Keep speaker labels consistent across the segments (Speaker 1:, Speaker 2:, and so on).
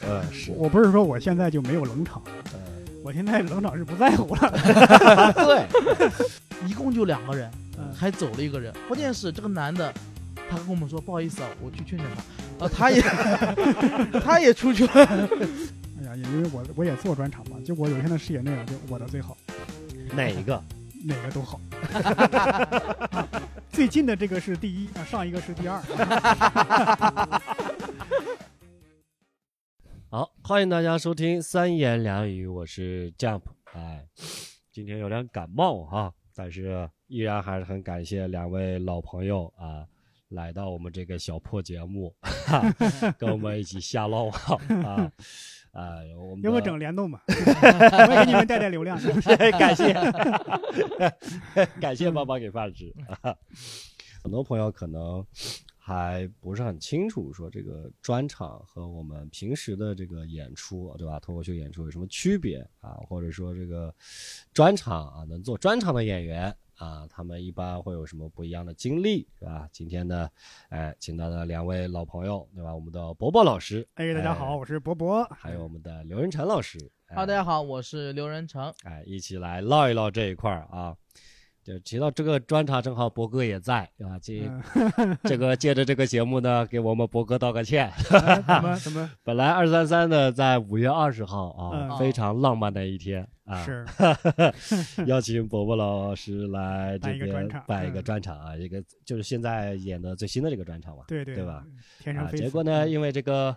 Speaker 1: 呃，是，
Speaker 2: 我不是说我现在就没有冷场，
Speaker 1: 呃
Speaker 2: 我现在冷场是不在乎了。
Speaker 3: 对，一共就两个人，
Speaker 2: 嗯
Speaker 3: 还走了一个人。关键是这个男的，他跟我们说不好意思啊，我去劝劝他，啊，他也 他也出去了。
Speaker 2: 哎呀，也因为我我也做专场嘛，结果有一天的视野内容就我的最好，
Speaker 1: 哪一个？
Speaker 2: 哪个都好。 最近的这个是第一，啊，上一个是第二。
Speaker 1: 嗯好，欢迎大家收听三言两语，我是 Jump。哎，今天有点感冒哈，但是依然还是很感谢两位老朋友啊，来到我们这个小破节目，哈哈跟我们一起瞎唠啊啊！啊我们
Speaker 2: 给我
Speaker 1: 的
Speaker 2: 整联动 吧，我也给你们带带流量。
Speaker 1: 感谢， 感谢妈妈给饭吃。很多朋友可能还不是很清楚，说这个专场和我们平时的这个演出，对吧？脱口秀演出有什么区别啊？或者说这个专场啊，能做专场的演员啊，他们一般会有什么不一样的经历，是吧？今天呢，哎，请到了两位老朋友，对吧？我们的伯伯老师，
Speaker 2: 哎，大家好，我是博博。
Speaker 1: 哎
Speaker 2: 嗯
Speaker 1: 还有我们的刘仁成老师。
Speaker 3: 哈，
Speaker 1: 哎
Speaker 3: 啊大家好，我是刘仁成。
Speaker 1: 哎，一起来唠一唠这一块儿啊。就提到这个专场，正好博哥也在啊，这、
Speaker 2: 嗯，
Speaker 1: 这个借着这个节目呢，给我们博哥道个歉。
Speaker 2: 哎怎么怎么
Speaker 1: 本来二三三呢，在五月二十号啊，
Speaker 2: 嗯
Speaker 1: 非常浪漫的一天啊，
Speaker 2: 是？
Speaker 1: 邀请博博老师来这
Speaker 2: 办一个
Speaker 1: 边
Speaker 2: 专场
Speaker 1: 办一个
Speaker 2: 嗯
Speaker 1: 专场啊，一个就是现在演的最新的这个专场嘛，
Speaker 2: 对对
Speaker 1: 对吧？
Speaker 2: 天生
Speaker 1: 啊，
Speaker 2: 飞
Speaker 1: 结
Speaker 2: 死。
Speaker 1: 果呢，因为这个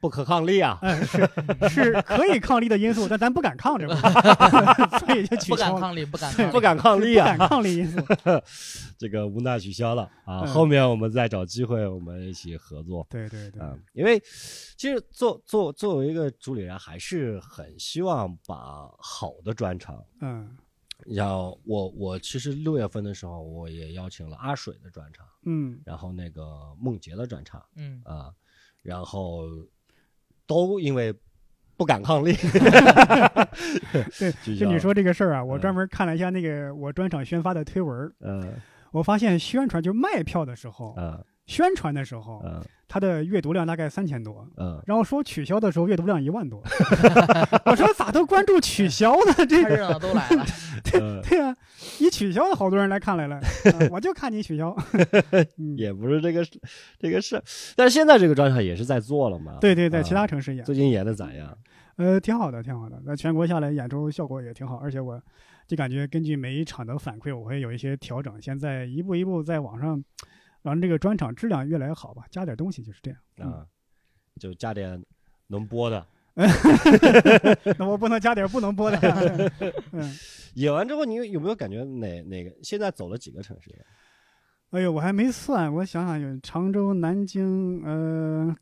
Speaker 1: 不可抗力啊，
Speaker 2: 嗯，是是可以抗力的因素，但咱不敢抗 这个，所以就取
Speaker 3: 不敢
Speaker 2: 消了。
Speaker 3: 抗力，不敢抗力，
Speaker 1: 不敢抗力
Speaker 2: 嗯不
Speaker 1: 啊
Speaker 2: 敢，抗力因素，
Speaker 1: 这个无奈取消了啊，
Speaker 2: 嗯
Speaker 1: 后面我们再找机会我们一起合作。
Speaker 2: 对对对，
Speaker 1: 啊、因为其实作作作为一个主理人，还是很希望把好的专场。
Speaker 2: 嗯
Speaker 1: 然后我我其实六月份的时候，我也邀请了阿水的专场，
Speaker 2: 嗯，
Speaker 1: 然后那个梦洁的专场
Speaker 3: 嗯，
Speaker 1: 啊、然后都因为不敢抗力，
Speaker 2: 对，
Speaker 1: 取
Speaker 2: 就你
Speaker 1: 消
Speaker 2: 说这个事儿啊，我
Speaker 1: 嗯
Speaker 2: 专门看了一下那个我专场宣发的推文儿，
Speaker 1: 嗯
Speaker 2: 我发现宣传就卖票的时候，
Speaker 1: 嗯
Speaker 2: 宣传的时候，
Speaker 1: 嗯
Speaker 2: 它的阅读量大概三千多，
Speaker 1: 嗯，
Speaker 2: 然后说取消的时候阅读量一 万多，我说咋都关注取消呢？ 这
Speaker 3: 看热闹都来 了。
Speaker 1: 嗯
Speaker 2: 对啊，你取消的好多人来 看来了，啊我就看你取消。 嗯，
Speaker 1: 也不是这个这个事，但是现在这个专场也是在做了嘛？
Speaker 2: 对对对，
Speaker 1: 啊
Speaker 2: 其他城市演，
Speaker 1: 最近演的咋样？
Speaker 2: 呃，挺好的，挺好的。那全国下来演出效果也挺好，而且我就感觉根据每一场的反馈，我会有一些调整。现在一步一步在往上，让这个专场质量越来越好吧，加点东西就是这样。
Speaker 1: 啊，就加点能播的。
Speaker 2: 那我不能加点不能播的 呀。嗯，
Speaker 1: 演完之后，你有有没有感觉哪哪个现在走了几个城市了？
Speaker 2: 哎呦，我还没算，我想想，有常州、南京，呃，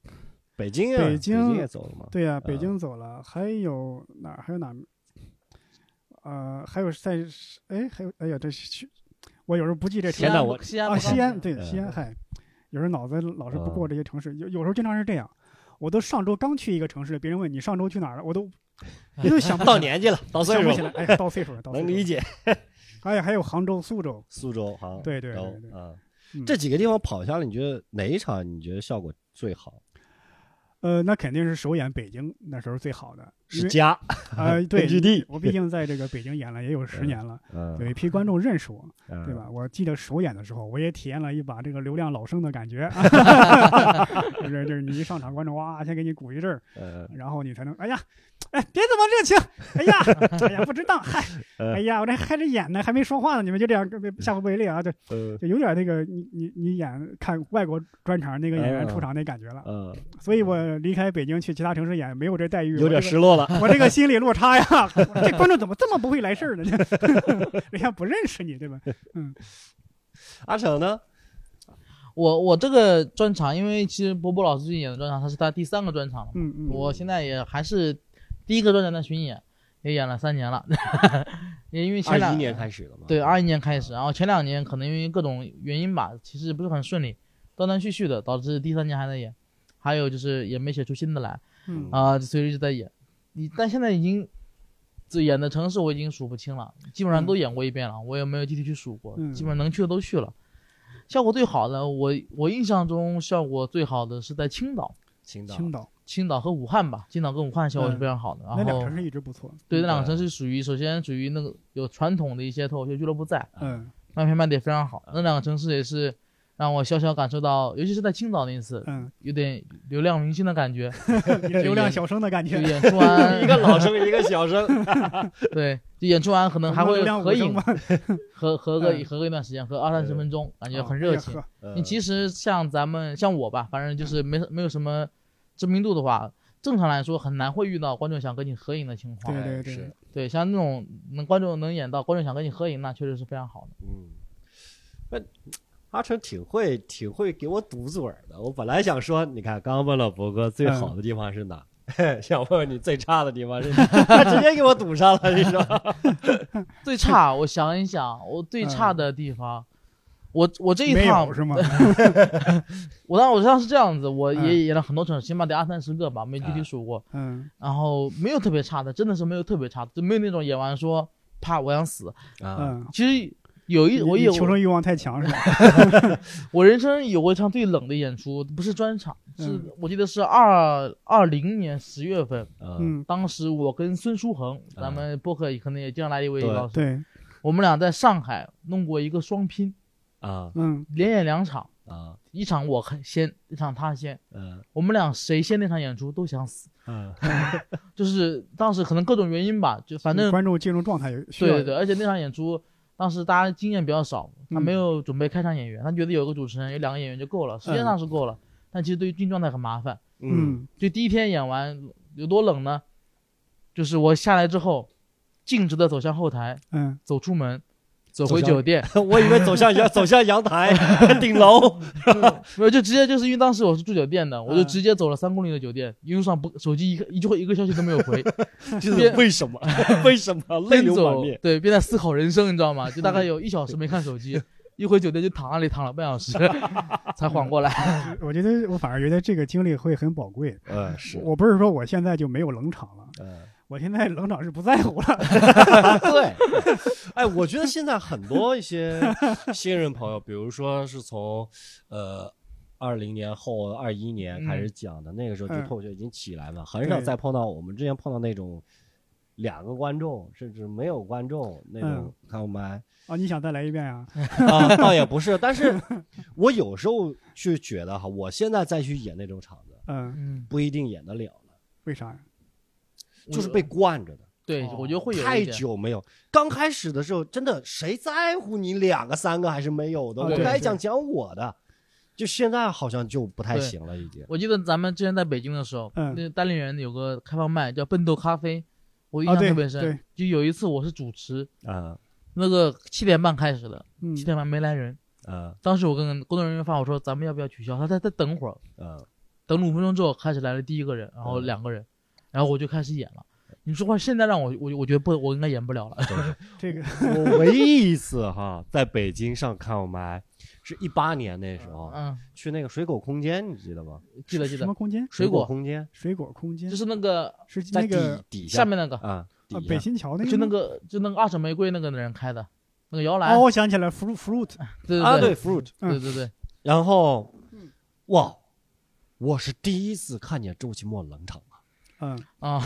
Speaker 1: 北京啊，
Speaker 2: 北
Speaker 1: 北
Speaker 2: 京
Speaker 1: 也走了吗？
Speaker 2: 对呀、北
Speaker 1: 嗯
Speaker 2: 京走了，还有哪儿？还有哪儿？呃，还有在，哎，还有，哎呀，这是我有时候不记这城
Speaker 1: 天哪
Speaker 2: 市
Speaker 1: 我
Speaker 3: 西安
Speaker 2: 啊，
Speaker 3: 不
Speaker 2: 西
Speaker 3: 敢
Speaker 2: 安对
Speaker 1: 嗯
Speaker 2: 西安，嗨，有时候脑子老是不
Speaker 1: 嗯
Speaker 2: 过这些城市，有有时候经常是这样。我都上周刚去一个城市，别人问你上周去哪儿了，我都我都想不
Speaker 1: 到年纪了，到岁
Speaker 2: 想
Speaker 1: 数
Speaker 2: 不起
Speaker 1: 了，
Speaker 2: 来，哎呀，到岁数了，到 岁
Speaker 1: 能
Speaker 2: 数
Speaker 1: 理
Speaker 2: 了。
Speaker 1: 解。
Speaker 2: 哎呀，还有杭州、苏州，
Speaker 1: 苏州、杭
Speaker 2: 对对对
Speaker 1: 州
Speaker 2: 对
Speaker 1: 啊，
Speaker 2: 嗯
Speaker 1: 这几个地方跑下来，你觉得哪一场你觉得效果最好？
Speaker 2: 呃，那肯定是首演北京那时候最好的，因
Speaker 1: 是
Speaker 2: 为
Speaker 1: 家，
Speaker 2: 啊，对
Speaker 1: 根据地
Speaker 2: 我毕竟在这个北京演了也有十年了，
Speaker 1: 嗯，
Speaker 2: 有一批观众认识我，
Speaker 1: 嗯
Speaker 2: 对？吧？我记得首演的时候，我也体验了一把这个流量老生的感 觉， 就是就是你一上场，观众哇先给你鼓一阵儿，
Speaker 1: 呃
Speaker 2: 然后你才能，哎呀，哎，别这么热情，哎呀，哎呀，不值当，嗨，
Speaker 1: 呃
Speaker 2: 哎呀，我这还着演呢，还没说话呢，你们就这样别下不为例啊，就
Speaker 1: 呃
Speaker 2: 就有点那个你你你演看外国专场那个演员出场那感觉了，
Speaker 1: 呃，
Speaker 2: 所以我离开北京去其他城市演，没有这待遇，
Speaker 1: 有点
Speaker 2: 我这
Speaker 1: 失
Speaker 2: 个。
Speaker 1: 落了。
Speaker 2: 我这个心理落差 呀，这观众怎么这么不会来事儿呢？ 人家不认识你，对吧？
Speaker 1: 阿成呢？
Speaker 3: 我我这个专场，因为其实波波老师最近演的专场，他是他第三个专场了嘛。
Speaker 2: 嗯嗯，
Speaker 3: 我现在也还是第一个专场在巡演，也演了三年了， 也因为前
Speaker 1: 二
Speaker 3: 两
Speaker 1: 一年开始的嘛？
Speaker 3: 对，二一年开始，然后前两年可能因为各种原因吧，其实不是很顺利，断断续续的，导致第三年还在演，还有就是也没写出新的来
Speaker 2: 嗯
Speaker 3: 啊、所以一直在演。你但现在已经，这演的城市我已经数不清了，基本上都演过一遍了，我也没有具体去数过，
Speaker 2: 嗯
Speaker 3: 基本上能去的都去了。效果最好的，我我印象中效果最好的是在青岛，
Speaker 1: 青岛，
Speaker 2: 青岛
Speaker 3: 青岛和武汉吧，青岛跟武汉效果是非常好的。
Speaker 2: 嗯那
Speaker 3: 然
Speaker 2: 两
Speaker 3: 后
Speaker 2: 个城市嗯一直不错。
Speaker 3: 对那两个城市属于首先属于那个有传统的一些脱口秀俱乐部在，
Speaker 2: 嗯
Speaker 3: 那片卖的也非常好。那两个城市也是让我小小感受到，尤其是在青岛那一次，
Speaker 2: 嗯，
Speaker 3: 有点流量明星的感 觉，
Speaker 2: 流量小生的感
Speaker 3: 就
Speaker 2: 觉，
Speaker 3: 演出完
Speaker 1: 一个老 生，一个小生，
Speaker 3: 对，就演出完可能还
Speaker 2: 流
Speaker 3: 会
Speaker 2: 量
Speaker 3: 合
Speaker 2: 五声
Speaker 3: 影
Speaker 2: 嘛，，
Speaker 3: 合合个
Speaker 2: 嗯
Speaker 3: 合个一段时间，合二三十分钟，感觉很热情。
Speaker 2: 啊。
Speaker 1: 嗯
Speaker 3: 你其实像咱们像我吧，反
Speaker 2: 嗯
Speaker 3: 正就是没没有什么知名度的话，正常来说很难会遇到观众想跟你合影的情
Speaker 2: 哎
Speaker 3: 况。
Speaker 2: 呀
Speaker 1: 哎
Speaker 2: 对对
Speaker 1: 是
Speaker 2: 对，
Speaker 3: 对像那种能观众能演到观众想跟你合影，那确实是非常好 的。
Speaker 1: 嗯，那阿成挺会挺会给我堵嘴儿的。我本来想说，你看刚刚问了博哥最好的地方是哪， 想问问你最差的地方 是哪，他直接给我堵上了。你说，
Speaker 3: 最差，我想一想，我最差的地方，我我这一
Speaker 2: 嗯没
Speaker 3: 趟
Speaker 2: 有，是吗？
Speaker 3: 我当我当时是这样子，我也
Speaker 2: 嗯
Speaker 3: 演了很多场，起码得二三十个吧，没具体数过。
Speaker 2: 嗯，
Speaker 3: 然后没有特别差的，真的是没有特别差的，就没有那种演完说啪我想死。
Speaker 1: 啊，
Speaker 2: 嗯，
Speaker 3: 其实有一我
Speaker 2: 你
Speaker 3: 有
Speaker 2: 求生欲望太强是吧？
Speaker 3: 我人生有过一场最冷的演出，不是专场，是
Speaker 2: 嗯
Speaker 3: 我记得是二二零年十月份，
Speaker 1: 嗯，
Speaker 2: 嗯，
Speaker 3: 当时我跟孙书恒，咱们播客也可能也经常来一位
Speaker 1: 对
Speaker 3: 老师，
Speaker 2: 对，
Speaker 3: 我们俩在上海弄过一个双拼，
Speaker 1: 啊
Speaker 2: 嗯
Speaker 3: 连演两场，
Speaker 1: 啊，
Speaker 3: 一场我先，一场他先，
Speaker 1: 嗯
Speaker 3: 我们俩谁先那场演出都想死，
Speaker 1: 嗯
Speaker 3: 就是当时可能各种原因吧，就反正
Speaker 2: 观众进入状态需
Speaker 3: 对
Speaker 2: 要
Speaker 3: 对对，而且那场演出。当时大家经验比较少，他
Speaker 2: 嗯
Speaker 3: 没有准备开场演员，他觉得有个主持人有两个演员就够了，时间上是够了，但其实对于进状态很麻烦。
Speaker 1: 嗯
Speaker 2: 嗯
Speaker 3: 就第一天演完有多冷呢？就是我下来之后，径直的走向后台，
Speaker 2: 嗯，
Speaker 3: 走出门，走
Speaker 1: 走
Speaker 3: 回
Speaker 1: 向
Speaker 3: 酒店，
Speaker 1: 我以为走向阳走向阳台 顶楼，
Speaker 3: 没有就直接就是因为当时我是住酒店的，我就
Speaker 2: 嗯
Speaker 3: 直接走了三公里的酒店，一路上不手机一个一句话一个消息都没有回，
Speaker 1: 就是为什么？ 为什么泪
Speaker 3: 边
Speaker 1: 流满
Speaker 3: 走
Speaker 1: 面？嗯
Speaker 3: 对边在思考人生，你知道吗？就大概有一小时没看手机， 一回酒店就躺那里躺了半小时， 才缓过来。
Speaker 2: 我觉得我反而觉得这个经历会很宝贵。
Speaker 1: 嗯，是，
Speaker 2: 我不是说我现在就没有冷场了，
Speaker 1: 嗯。
Speaker 2: 我现在冷场是不在乎了。
Speaker 1: 对，哎，我觉得现在很多一些新人朋友，比如说是从呃二零年后、二一年开始讲的，那个时候就
Speaker 2: 嗯
Speaker 1: 脱口秀已经起来嘛，很少
Speaker 2: 对
Speaker 1: 再碰到我们之前碰到那种两个观众甚至没有观众那种
Speaker 2: 嗯
Speaker 1: 开放 麦
Speaker 2: 啊，你想再来一遍啊？
Speaker 1: 啊，倒也不是，但是我有时候去觉得哈，我现在再去演那种场子，
Speaker 2: 嗯，
Speaker 3: 嗯，
Speaker 1: 不一定演得了了，
Speaker 2: 为啥呀？
Speaker 1: 就是被惯着的。
Speaker 3: 对，我觉得会有一
Speaker 1: 太
Speaker 3: 点。
Speaker 1: 久没有。刚开始的时候，真的谁在乎你两个三个还是没有的？
Speaker 2: 啊
Speaker 1: 我
Speaker 3: 对
Speaker 1: 该
Speaker 2: 对
Speaker 1: 讲讲我的。就现在好像就不太
Speaker 3: 对
Speaker 1: 行了，已经。
Speaker 3: 我记得咱们之前在北京的时候，
Speaker 2: 嗯
Speaker 3: 那单立人有个开放麦叫笨豆咖啡，我印
Speaker 1: 哦
Speaker 2: 啊，
Speaker 3: 象
Speaker 2: 对
Speaker 3: 特别深。
Speaker 2: 对，
Speaker 3: 就有一次我是主持，
Speaker 1: 啊
Speaker 3: 那个七点半开始的，
Speaker 2: 嗯
Speaker 3: 七点半没来人。
Speaker 1: 啊
Speaker 3: 当时我跟工作人员发我说咱们要不要取消，他再再等会儿，
Speaker 1: 啊！
Speaker 3: 等五分钟之后开始来了第一个人，然后
Speaker 1: 嗯
Speaker 3: 两个人，然后我就开始演了。你说话现在让我我我觉得不我应该演不了了，
Speaker 2: 这个
Speaker 1: 我唯一一次哈在北京上看我麦，是一八年那时候
Speaker 3: 嗯，
Speaker 1: 去那个水果空间，你记得吗？
Speaker 3: 记得记
Speaker 2: 什
Speaker 3: 得
Speaker 2: 么，空间？
Speaker 3: 水
Speaker 1: 果
Speaker 3: 果
Speaker 1: 空间
Speaker 2: 水果空间
Speaker 3: 就是那个
Speaker 2: 是
Speaker 1: 在
Speaker 2: 那个
Speaker 1: 底底
Speaker 3: 下面那个，
Speaker 1: 啊
Speaker 2: 啊
Speaker 1: 底
Speaker 2: 北
Speaker 1: 下
Speaker 2: 新桥那个吗，
Speaker 3: 就那个就那个二手玫瑰那个人开的那个摇篮
Speaker 2: 哦，，我想起来，fruit fruit，
Speaker 3: 对
Speaker 1: 啊
Speaker 3: 对嗯
Speaker 1: 对 fruit，
Speaker 3: 对对对，
Speaker 1: 然后哇，我是第一次看见周奇墨冷场啊！
Speaker 2: 嗯，
Speaker 3: 啊，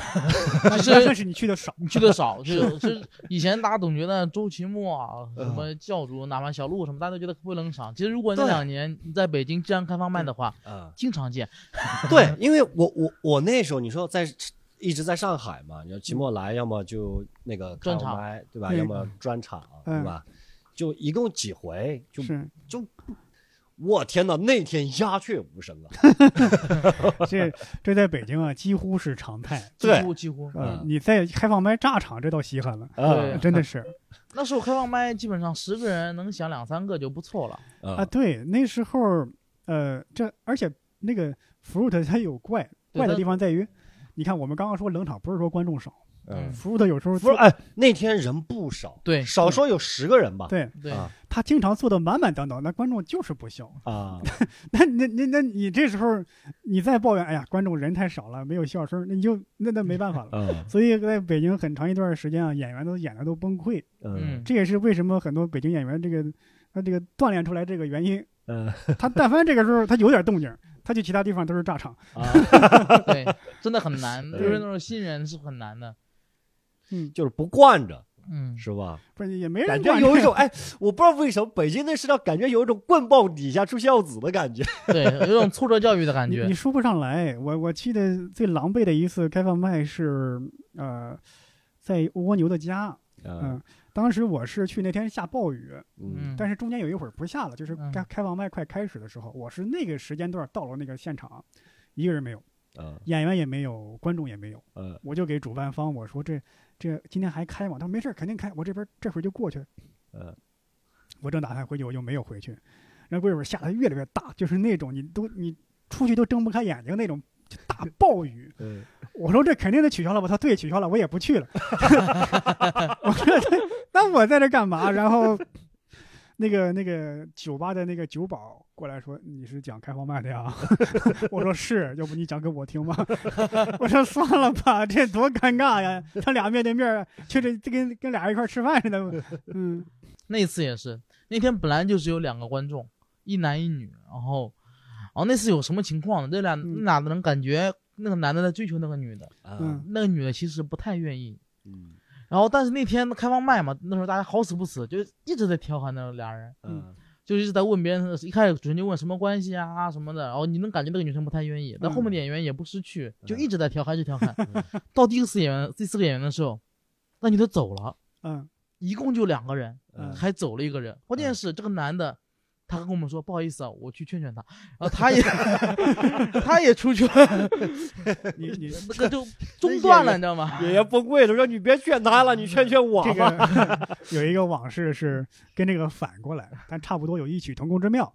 Speaker 2: 那
Speaker 3: 就是
Speaker 2: 那是你去的少，
Speaker 3: 你去的少，就是就是以前大家总觉得周奇墨啊，
Speaker 1: 嗯
Speaker 3: 什么教主，哪怕小鹿什么，大家都觉得会冷场。其实如果那
Speaker 1: 对
Speaker 3: 两年你在北京这样开放麦的话，
Speaker 1: 啊，
Speaker 3: 经常见。
Speaker 1: 对，因为我我我那时候你说在一直在上海嘛，你说期末来，要么就那个
Speaker 3: 专
Speaker 1: 开
Speaker 3: 场
Speaker 1: 麦对吧？
Speaker 2: 嗯
Speaker 1: 要么专场对
Speaker 2: 嗯
Speaker 1: 吧？就一共几回？就是我天呐，那天鸦雀无声啊！
Speaker 2: 这这在北京啊，几乎是常态。
Speaker 3: 几
Speaker 1: 对
Speaker 3: 乎几乎
Speaker 2: 呃，
Speaker 1: 嗯
Speaker 2: 你在开放麦炸场，这倒稀罕了，
Speaker 1: 啊
Speaker 2: 真的 是
Speaker 3: 嗯那时候开放麦基本上十个人能想两三个就不错了。
Speaker 2: 啊。
Speaker 1: 啊
Speaker 2: 对，那时候，呃，这而且那个 fruit 它有怪
Speaker 3: 对
Speaker 2: 怪的
Speaker 3: 它
Speaker 2: 地方在于，你看我们刚刚说冷场，不是说观众少
Speaker 1: 嗯
Speaker 3: 嗯，
Speaker 2: ，fruit 有时候
Speaker 1: 不是
Speaker 2: 做
Speaker 1: 哎，那天人不少，
Speaker 3: 对
Speaker 1: 少说有十个人吧。
Speaker 2: 对
Speaker 3: 对，
Speaker 1: 啊
Speaker 2: 他经常做的满满当当，那观众就是不笑。
Speaker 1: 啊，
Speaker 2: 那那那那你这时候你再抱怨，哎呀，观众人太少了，没有笑声，那你就那那没办法了。
Speaker 1: 嗯
Speaker 2: 所以在北京很长一段时间啊，演员都演的都崩溃，
Speaker 1: 嗯
Speaker 3: 嗯，
Speaker 2: 这也是为什么很多北京演员这个他这个锻炼出来这个原因。
Speaker 1: 嗯
Speaker 2: 他但凡这个时候他有点动静，他去其他地方都是炸场。
Speaker 1: 啊，
Speaker 3: 对，真的 很难，
Speaker 1: 对
Speaker 3: 就是那种新人是很难的。
Speaker 2: 嗯，
Speaker 1: 就是不惯着，
Speaker 3: 嗯，
Speaker 1: 是吧？
Speaker 2: 不是也没人
Speaker 1: 感觉
Speaker 2: 管
Speaker 1: 有
Speaker 2: 这
Speaker 1: 一
Speaker 2: 个
Speaker 1: 种 哎，我不知道为什么北京那食堂感觉有一种棍棒底下出孝子的感觉。
Speaker 3: 对，有种挫折教育的感
Speaker 2: 你
Speaker 3: 觉
Speaker 2: 你。说不上来。我我记得最狼狈的一次开放麦是呃，在蜗牛的家，嗯、当时我是去那天下暴雨，
Speaker 1: 嗯
Speaker 2: 但是中间有一会儿不下了，就是
Speaker 3: 嗯
Speaker 2: 开开放麦快开始的时候，我是那个时间段到了那个现场，一个人没有，
Speaker 1: 嗯
Speaker 2: 演员也没有，观众也没有，
Speaker 1: 嗯
Speaker 2: 我就给主办方我说这这今天还开吗？他说没事儿，肯定开，我这边这会儿就过去了。
Speaker 1: 嗯
Speaker 2: 我正打算回去，我就没有回去。然后过一会儿下的越来越大，就是那种你都你出去都睁不开眼睛那种就大暴雨。
Speaker 1: 嗯，
Speaker 2: 我说这肯定得取消了吧？他对，取消了，我也不去了。 我说这那我在这干嘛？然后那个那个酒吧的那个酒保过来说：“你是讲开放麦的呀？” 我说：“是，要不你讲给我听吧？” 我说：“算了吧，这多尴尬呀！他俩面对面，确实这跟跟俩人一块儿吃饭似的。”嗯，
Speaker 3: 那次也是，那天本来就只有两个观众，一男一女，然后，然后那次有什么情况呢？这俩
Speaker 2: 嗯
Speaker 3: 那俩的人感觉那个男的在追求那个女的，那个女的其实不太愿意。
Speaker 1: 嗯
Speaker 3: 然后，但是那天开放麦嘛，那时候大家好死不死就一直在调侃那俩人，
Speaker 1: 嗯
Speaker 3: 就一直在问别人。一开始主持人就问什么关系啊什么的，然后你能感觉那个女生不太愿意，但后面的演员也不失去，就一直在调侃，一直调侃。
Speaker 1: 嗯
Speaker 3: 到第四演员第四个演员的时候，那女的走了，
Speaker 2: 嗯，
Speaker 3: 一共就两个人，
Speaker 1: 嗯
Speaker 3: 还走了一个人。关键是这个男的，他跟我们说不好意思啊，我去劝劝他，然后他也 他也出去了，
Speaker 2: 你 你
Speaker 3: 那个就中断了，你知道吗？
Speaker 1: 爷爷嗯崩溃了，说你别劝他了，你劝劝我
Speaker 2: 这
Speaker 1: 吧。
Speaker 2: 个 有一个往事是跟这个反过来，但差不多有异曲同工之妙。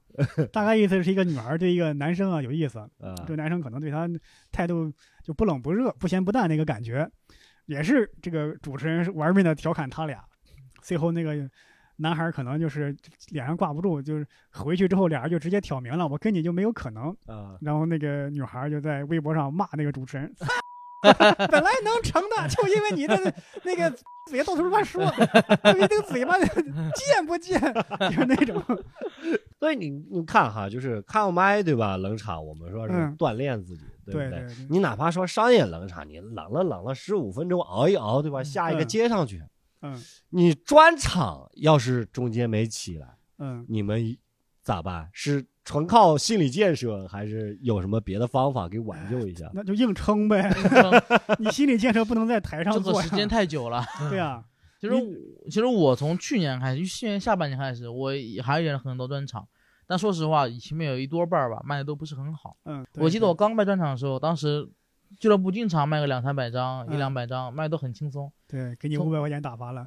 Speaker 2: 大概意思是一个女孩对一个男生啊有意思，
Speaker 1: 嗯
Speaker 2: 这个男生可能对她态度就不冷不热、不咸不淡那个感觉，也是这个主持人是玩命的调侃他俩，最后那个男孩可能就是脸上挂不住，就是回去之后俩人就直接挑明了，我跟你就没有可能。
Speaker 1: 啊，
Speaker 2: 然后那个女孩就在微博上骂那个主持 人，本来能成的，就因为你的那 个别到处乱说，你这个嘴巴贱不贱，就是那种，
Speaker 1: 所以你你看哈，就是开放麦对吧？冷场，我们说是
Speaker 2: 嗯
Speaker 1: 锻炼自己，对
Speaker 2: 对
Speaker 1: 不对？
Speaker 2: 对，
Speaker 1: 你哪怕说商业冷场，你冷了冷了十五分钟，熬一熬，对吧？下一个
Speaker 2: 嗯
Speaker 1: 接上去，
Speaker 2: 嗯
Speaker 1: 你专场要是中间没起来，
Speaker 2: 嗯。
Speaker 1: 你们咋办？是纯靠心理建设，还是有什么别的方法给挽救一下？
Speaker 2: 那就硬撑呗， 你心理建设不能在台
Speaker 3: 这
Speaker 2: 上
Speaker 3: 个
Speaker 2: 做
Speaker 3: 时
Speaker 2: 呀，
Speaker 3: 间太久了。
Speaker 2: 对啊，
Speaker 3: 其实我其实我从去年开始，去年下半年开始，我也还演了很多专场，但说实话，前面有一多半儿吧卖的都不是很好。
Speaker 2: 嗯，对
Speaker 3: 我记得我刚卖专场的时候，当时俱乐部经常卖个两三百张，
Speaker 2: 嗯
Speaker 3: 一两百张，卖的都很轻松。
Speaker 2: 对，给你
Speaker 3: 从
Speaker 2: 五百块钱打发了，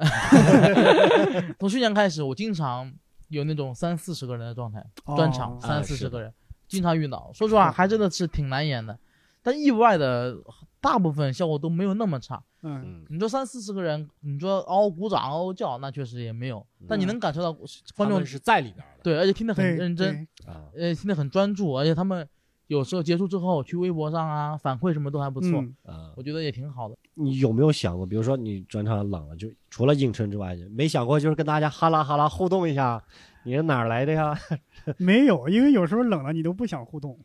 Speaker 3: 从去年开始，我经常有那种三四十个人的状态，
Speaker 2: 哦
Speaker 3: 专嗯场
Speaker 1: 啊
Speaker 3: 三四
Speaker 1: 是
Speaker 3: 十
Speaker 1: 的
Speaker 3: 个人，经常遇到。说实话，还真的是挺难演的，但意外的大部分效果都没有那么差。
Speaker 2: 嗯，
Speaker 1: 嗯，
Speaker 3: 你说三四十个人，你说嗷嗷鼓掌、嗷嗷叫，那确实也没有，但你能感受到观
Speaker 1: 嗯他
Speaker 3: 众
Speaker 1: 们是在里边的
Speaker 3: 对，而且听得很
Speaker 2: 对
Speaker 3: 认真，，
Speaker 1: 对啊，
Speaker 3: 呃，听得很专注，而且他们有时候结束之后去微博上啊反馈什么都还不
Speaker 2: 不
Speaker 3: 错，
Speaker 1: 啊
Speaker 3: 我觉得也挺好的。
Speaker 1: 你有没有想过，比如说你专场冷了，就除了硬撑之外，没想过就是跟大家哈拉哈拉互动一下？ 你是哪儿来的呀？
Speaker 2: 没有，因为有时候冷了你都不想互动，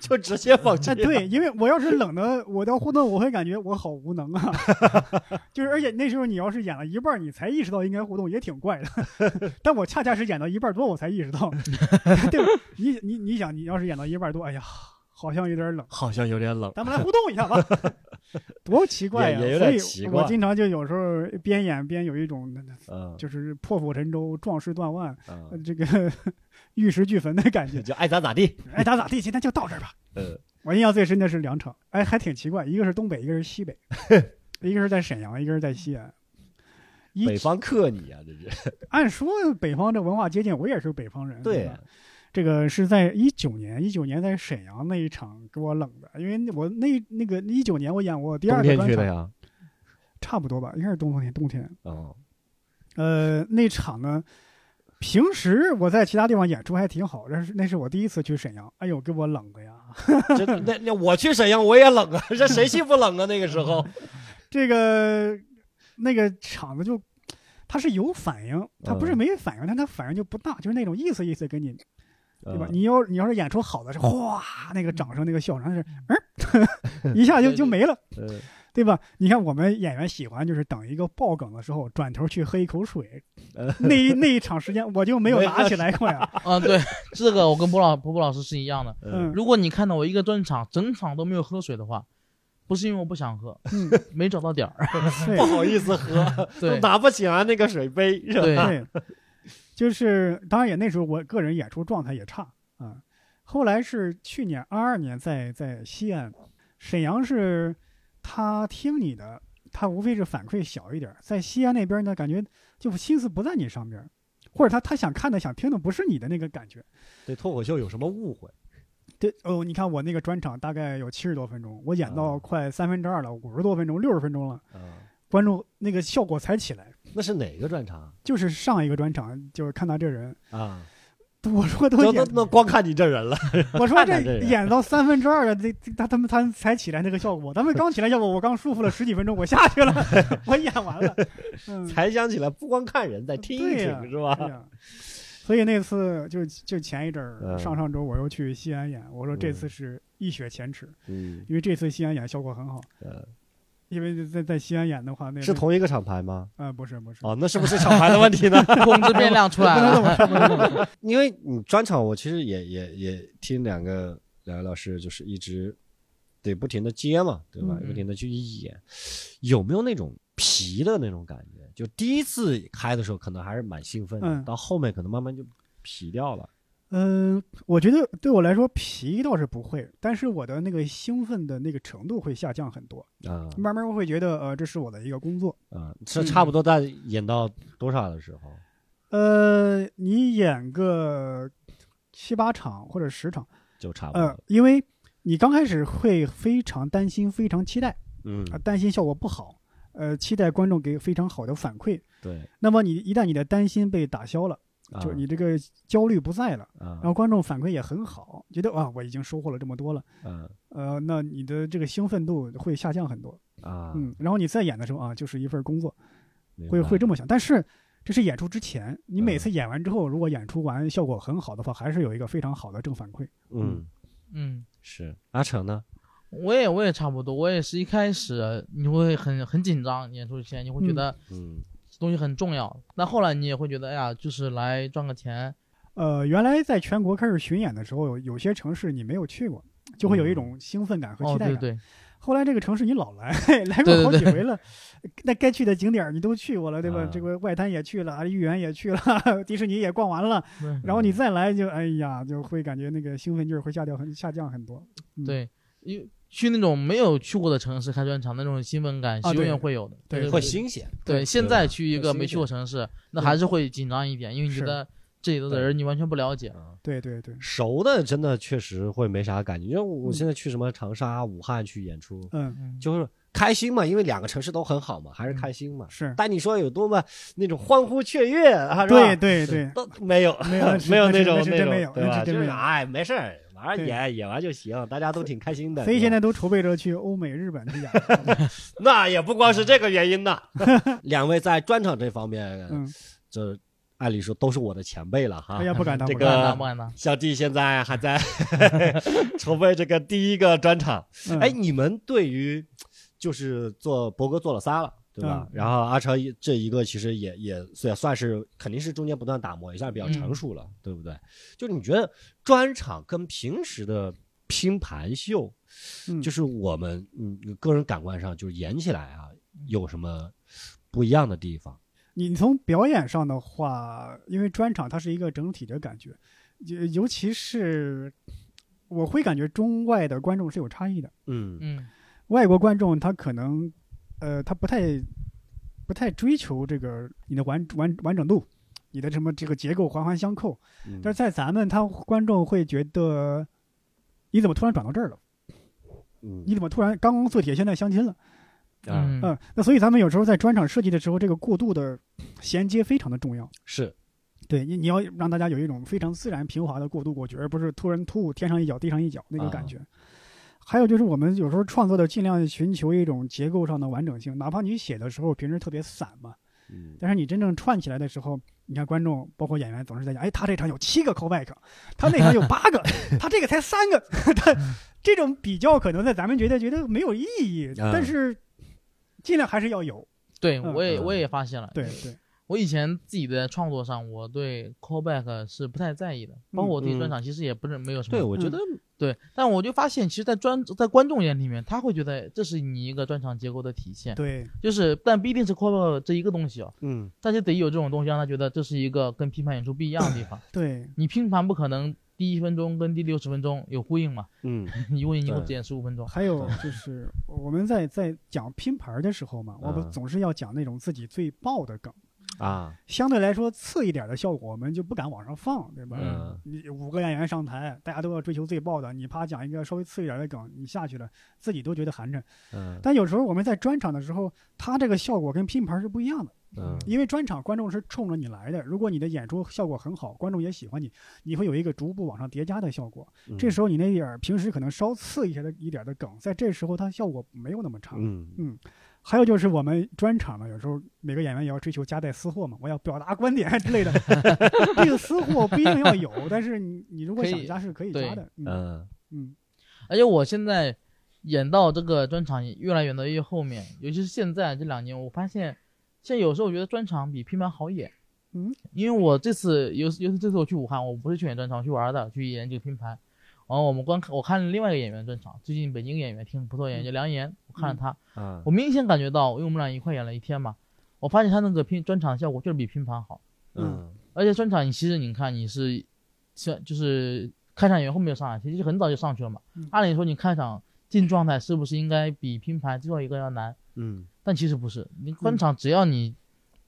Speaker 1: 就直接放弃。
Speaker 2: 哎，对，因为我要是冷的，我到互动，我会感觉我好无能啊。 就是，而且那时候你要是演了一半儿，你才意识到应该互动，也挺怪的。 但我恰恰是演到一半儿多，我才意识到， 对吧？你你你想，你要是演到一半儿多，哎呀，好像有点冷，
Speaker 1: 好像有点冷。
Speaker 2: 咱们来互动一下吧， 多奇怪呀、
Speaker 1: 也也有
Speaker 2: 所
Speaker 1: 点
Speaker 2: 以
Speaker 1: 奇
Speaker 2: 我
Speaker 1: 怪
Speaker 2: 经常就有时候边演边有一种
Speaker 1: 嗯
Speaker 2: 就是破釜沉舟、壮士断腕，呃
Speaker 1: 嗯，
Speaker 2: 这个 玉石俱焚的感觉。
Speaker 1: 就爱咋咋地。
Speaker 2: 爱咋哎咋地，今天就到这儿吧。
Speaker 1: 呃，
Speaker 2: 我印象最深的是两场，哎，还挺奇怪，一个是东北，一个是 西北，一个是在沈阳，一个是在西安。一
Speaker 1: 北方克你啊，这 是
Speaker 2: 按说北方这文化接近，我也是北方人。
Speaker 1: 对
Speaker 2: 吧，这个是在一九年，一九年在沈阳那一场给我冷的，因为我那那个一九年我演我第
Speaker 1: 冬
Speaker 2: 二个
Speaker 1: 天
Speaker 2: 专
Speaker 1: 去的
Speaker 2: 场，
Speaker 1: 呀。
Speaker 2: 差不多吧，应该是冬天，冬天。
Speaker 1: 哦，
Speaker 2: 呃，那场呢，平时我在其他地方演出还挺好，但是那是我第一次去沈阳，哎呦，给我冷的呀！
Speaker 1: 这那那我去沈阳我也冷啊， 这谁去不冷啊？那个时候，
Speaker 2: 这个那个场子就他是有反应，他不是
Speaker 1: 嗯
Speaker 2: 没反应，但他反应就不大，就是那种意思意思给你， 对吧？
Speaker 1: 嗯
Speaker 2: 你要你要是演出好的是哗那个掌声那个笑声，但是嗯 一下就就没了，
Speaker 1: 呃
Speaker 2: 对吧？你看我们演员喜欢就是等一个爆梗的时候，转头去喝一口水
Speaker 1: 呃，
Speaker 2: 那一那一场时间我就没有
Speaker 1: 没
Speaker 2: 拿起来过呀，
Speaker 3: 嗯，对， 这个我跟波老波波老师是一样的。
Speaker 1: 呃
Speaker 2: 嗯
Speaker 3: 如果你看到我一个专场整场都没有喝水的话，不是因为我不想喝，
Speaker 2: 嗯，
Speaker 3: 没找到点儿。
Speaker 2: 对
Speaker 1: 不。好意思 喝，
Speaker 3: 对
Speaker 1: 拿不起来那个水杯，是吧？
Speaker 3: 对，
Speaker 2: 对，就是当然也那时候我个人演出状态也差啊。后来是去年二二年在在西安，沈阳是他听你的，他无非是反馈小一点儿，在西安那边呢，感觉就心思不在你上边儿，或者他他想看的想听的不是你的那个感觉。
Speaker 1: 对脱口秀有什么误会？
Speaker 2: 对哦，你看我那个专场大概有七十多分钟，我演到
Speaker 1: 啊
Speaker 2: 快三分之二了，五十多分钟、六十分钟了，
Speaker 1: 啊，
Speaker 2: 观众那个效果才起来。
Speaker 1: 那是哪个专场
Speaker 2: 就是上一个专场，就是看到这人，
Speaker 1: 啊？
Speaker 2: 我说都
Speaker 1: 就
Speaker 2: 演
Speaker 1: 那那光看你这人了，
Speaker 2: 我说
Speaker 1: 看看这
Speaker 2: 这
Speaker 1: 个
Speaker 2: 演到三分之二了，这这他他们他才起来那个效果，他们刚起来效果，我刚舒服了十几分钟，我下 去了，我演完了，嗯，
Speaker 1: 才想起来不光看人，再听一
Speaker 2: 对
Speaker 1: 听，
Speaker 2: 呀
Speaker 1: 是吧？
Speaker 2: 对呀所以那次就就前一阵儿
Speaker 1: 嗯
Speaker 2: 上上周我又去西安演，我说这
Speaker 1: 嗯
Speaker 2: 次是一雪前耻，
Speaker 1: 嗯，
Speaker 2: 因为这次西安演效果很好，
Speaker 1: 呃
Speaker 2: 因为在在西安演的话，那
Speaker 1: 是同一个厂牌 吗？
Speaker 2: 啊不是不嗯是，
Speaker 1: 哦，那是不是厂牌的问题呢？
Speaker 3: 控制变量出来
Speaker 2: 不能这
Speaker 3: 了。
Speaker 2: 么说，不能这么说，
Speaker 1: 因为你专场，我其实也也也听两个两位老师，就是一直得不停的接嘛，对吧？
Speaker 3: 嗯
Speaker 1: 不停的去演，有没有那种皮的那种感觉？就第一次开的时候，可能还是蛮兴奋的，
Speaker 2: 嗯
Speaker 1: 到后面可能慢慢就皮掉了。啊
Speaker 2: 嗯，我觉得对我来说皮倒是不会，但是我的那个兴奋的那个程度会下降很多，
Speaker 1: 啊
Speaker 2: 慢慢我会觉得呃这是我的一个工作。
Speaker 1: 啊，这差不多在演到多少的时候？
Speaker 2: 呃，你演个七八场或者十场，
Speaker 1: 就差不多
Speaker 2: 呃
Speaker 1: 了，，
Speaker 2: 因为你刚开始会非常担心，非常期待，
Speaker 1: 嗯
Speaker 2: 啊、，担心效果不好，呃，期待观众给非常好的反馈。
Speaker 1: 对，
Speaker 2: 那么你一旦你的担心被打消了，
Speaker 1: 啊
Speaker 2: 就是你这个焦虑不在了，
Speaker 1: 啊
Speaker 2: 然后观众反馈也很好，觉得啊我已经收获了这么多了，
Speaker 1: 啊
Speaker 2: 呃，那你的这个兴奋度会下降很多，
Speaker 1: 啊，
Speaker 2: 嗯，然后你再演的时候啊就是一份工作，
Speaker 1: 明
Speaker 2: 会
Speaker 1: 白
Speaker 2: 会这么想。但是这是演出之前，你每
Speaker 1: 嗯
Speaker 2: 次演完之后，如果演出完效果很好的话，还是有一个非常好的正反馈。
Speaker 1: 嗯
Speaker 3: 嗯，
Speaker 1: 是阿成呢？
Speaker 3: 我也我也差不多，我也是一开始你会很很紧张，演出前你会觉得
Speaker 1: 嗯
Speaker 3: 这东西很重要，那、后来你也会觉得，哎呀，就是来赚个钱，
Speaker 2: 呃，原来在全国开始巡演的时候，有有些城市你没有去过，就会有一种兴奋感和
Speaker 3: 哦，
Speaker 2: 期待
Speaker 3: 对
Speaker 2: 感。
Speaker 3: 对，
Speaker 2: 后来这个城市你老来， 来
Speaker 3: 对对
Speaker 2: 过好几
Speaker 3: 对
Speaker 2: 回了，那该去的景点儿你都去过了，对吧？
Speaker 1: 啊
Speaker 2: 这个外滩也去了，啊豫园也去了， 迪士尼也逛完了，
Speaker 3: 对
Speaker 2: 然后
Speaker 1: 嗯
Speaker 2: 你再来就哎呀，就会感觉那个兴奋劲儿会下掉很下降很多。嗯
Speaker 3: 对，因为去那种没有去过的城市开专场，那种兴奋感
Speaker 2: 啊
Speaker 3: 是永
Speaker 2: 对
Speaker 3: 远会有的，
Speaker 2: 对
Speaker 3: 对，
Speaker 1: 会新鲜，
Speaker 3: 对，现在去一
Speaker 1: 会
Speaker 3: 个
Speaker 1: 新
Speaker 3: 没去过城市，那还是会紧张一点，因为你觉
Speaker 2: 是
Speaker 3: 得这里头的人你完全不了解。
Speaker 1: 啊。
Speaker 2: 对对对，
Speaker 1: 熟的真的确实会没啥感觉，因为我
Speaker 2: 嗯
Speaker 1: 现在去什么长沙、武汉去演出，
Speaker 2: 嗯，
Speaker 3: 嗯，
Speaker 1: 就是开心嘛，因为两个城市都很好嘛，还是开心嘛。
Speaker 2: 是，
Speaker 1: 但你说有多么那种欢呼雀跃啊，是吧
Speaker 2: 对对 对，
Speaker 1: 都没有，
Speaker 2: 没有
Speaker 1: 没有
Speaker 2: 那是
Speaker 1: 种
Speaker 2: 那是
Speaker 1: 那
Speaker 2: 真没有
Speaker 1: 种，对
Speaker 2: 那
Speaker 1: 吧？
Speaker 2: 是真
Speaker 1: 就
Speaker 2: 没
Speaker 1: 是
Speaker 2: 有
Speaker 1: 哎，没事儿，晚上
Speaker 2: 对
Speaker 1: 演演完就行，大家都挺开心的。
Speaker 2: 所以
Speaker 1: 是吧
Speaker 2: 现在都筹备着去欧美、日本去演。
Speaker 1: 那也不光是这个原因 呢。两位在专场这方面，
Speaker 2: 嗯，
Speaker 1: 这按理说都是我的前辈了哈
Speaker 2: 哎。呀，不敢当，
Speaker 1: 啊 这
Speaker 2: 不
Speaker 3: 不
Speaker 2: 敢
Speaker 3: 敢
Speaker 1: 个
Speaker 3: 当，不敢当。
Speaker 1: 小弟现在还 在筹备这个第一个专场。
Speaker 2: 当。
Speaker 1: 哎，
Speaker 2: 嗯，
Speaker 1: 你们对于就是做博哥做了仨了，对吧？
Speaker 2: 嗯
Speaker 1: 然后阿成一这一个其实也也也算是肯定是中间不断打磨，也算是
Speaker 2: 嗯
Speaker 1: 比较成熟了，对不对？就你觉得专场跟平时的拼盘秀，
Speaker 2: 嗯
Speaker 1: 就是我们嗯你个人感官上就是演起来啊，有什么不一样的地方？
Speaker 2: 你从表演上的话，因为专场它是一个整体的感觉，尤尤其是我会感觉中外的观众是有差异的。
Speaker 1: 嗯
Speaker 3: 嗯，
Speaker 2: 外国观众他可能，呃，他不太不太追求这个你的完完完整度，你的什么这个结构环环相扣，
Speaker 1: 嗯
Speaker 2: 但是在咱们，他观众会觉得，你怎么突然转到这儿了？你
Speaker 1: 嗯
Speaker 2: 怎么突然刚刚做铁，现在相亲了？
Speaker 1: 啊
Speaker 3: 嗯
Speaker 2: 嗯，那所以咱们有时候在专场设计的时候，这个过渡的衔接非常的重要。
Speaker 1: 是
Speaker 2: 对你，你要让大家有一种非常自然平滑的过渡过去，而不是突然突兀天上一脚地上一脚那个感觉。还有就是我们有时候创作的尽量寻求一种结构上的完整性，哪怕你写的时候平时特别散嘛，
Speaker 1: 嗯
Speaker 2: 但是你真正串起来的时候，你看观众包括演员总是在讲，哎，他这场有七个 callback，他那场有八 个，他这个才三个，他这种比较可能在咱们觉得觉得没有意义，
Speaker 1: 嗯嗯
Speaker 2: 但是尽量还是要有。
Speaker 3: 对，
Speaker 2: 嗯
Speaker 3: 我也
Speaker 1: 嗯
Speaker 3: 我也发现了，
Speaker 2: 对对，
Speaker 1: 哎
Speaker 3: 我以前自己的创作上，我对 callback 是不太在意的，包括我自己专场，其实也不是没有什
Speaker 1: 嗯
Speaker 3: 么。
Speaker 1: 对，我觉得
Speaker 3: 对，但我就发现，其实，在专在观众眼里面，他会觉得这是你一个专场结构的体现，
Speaker 2: 对，
Speaker 3: 就是但不一定是 callback 这一个东西哦，
Speaker 1: 嗯
Speaker 3: 但是得有这种东西让他觉得这是一个跟拼盘演出不一样的地 方。
Speaker 2: 对，
Speaker 3: 你拼盘不可能第一分钟跟第六十分钟有呼应嘛，
Speaker 1: 嗯
Speaker 3: 你呼应一共
Speaker 1: 对
Speaker 3: 只演十五分钟。
Speaker 2: 还有就是我们在在讲拼盘儿的时候嘛，我们
Speaker 1: 嗯
Speaker 2: 总是要讲那种自己最爆的梗，
Speaker 1: 啊
Speaker 2: 相对来说次一点的效果，我们就不敢往上放，对吧？
Speaker 1: 嗯
Speaker 2: 你五个演员上台，大家都要追求最爆的，你啪讲一个稍微次一点的梗，你下去了，自己都觉得寒碜。
Speaker 1: 嗯
Speaker 2: 但有时候我们在专场的时候，它这个效果跟拼盘儿是不一样的，
Speaker 1: 嗯
Speaker 2: 因为专场观众是冲着你来的，如果你的演出效果很好，观众也喜欢你，你会有一个逐步往上叠加的效果。
Speaker 1: 嗯，
Speaker 2: 这时候你那点儿平时可能稍次一些的一点儿的梗，在这时候它效果没有那么差。
Speaker 1: 嗯
Speaker 2: 还有就是我们专场嘛，有时候每个演员也要追求夹带私货嘛，我要表达观点之类的。这个私货不一定要有，但是你你如果
Speaker 3: 可以
Speaker 2: 想加是可以加的。嗯
Speaker 1: 嗯
Speaker 2: 嗯
Speaker 3: 而且我现在演到这个专场越来越的越后面，尤其是现在这两年，我发现现在有时候我觉得专场比拼盘好演。
Speaker 2: 嗯，
Speaker 3: 因为我这次尤尤其这次我去武汉，我不是去演专场，我去玩的，去演这个拼盘。然后我们观看，我看了另外一个演员专场，最近北京演员挺不错演员，叫梁岩，我看了他，
Speaker 1: 啊
Speaker 3: 我明显感觉到，因为我们俩一块演了一天嘛，我发现他那个拼专场效果就是比拼盘好。
Speaker 1: 嗯
Speaker 3: 而且专场，你其实你看你是，像就是开场演员后面就上来，其实很早就上去了嘛。
Speaker 2: 嗯
Speaker 3: 按理说你开场进状态是不是应该比拼盘最后一个要难？
Speaker 1: 嗯
Speaker 3: 但其实不是，你
Speaker 2: 嗯
Speaker 3: 专场只要你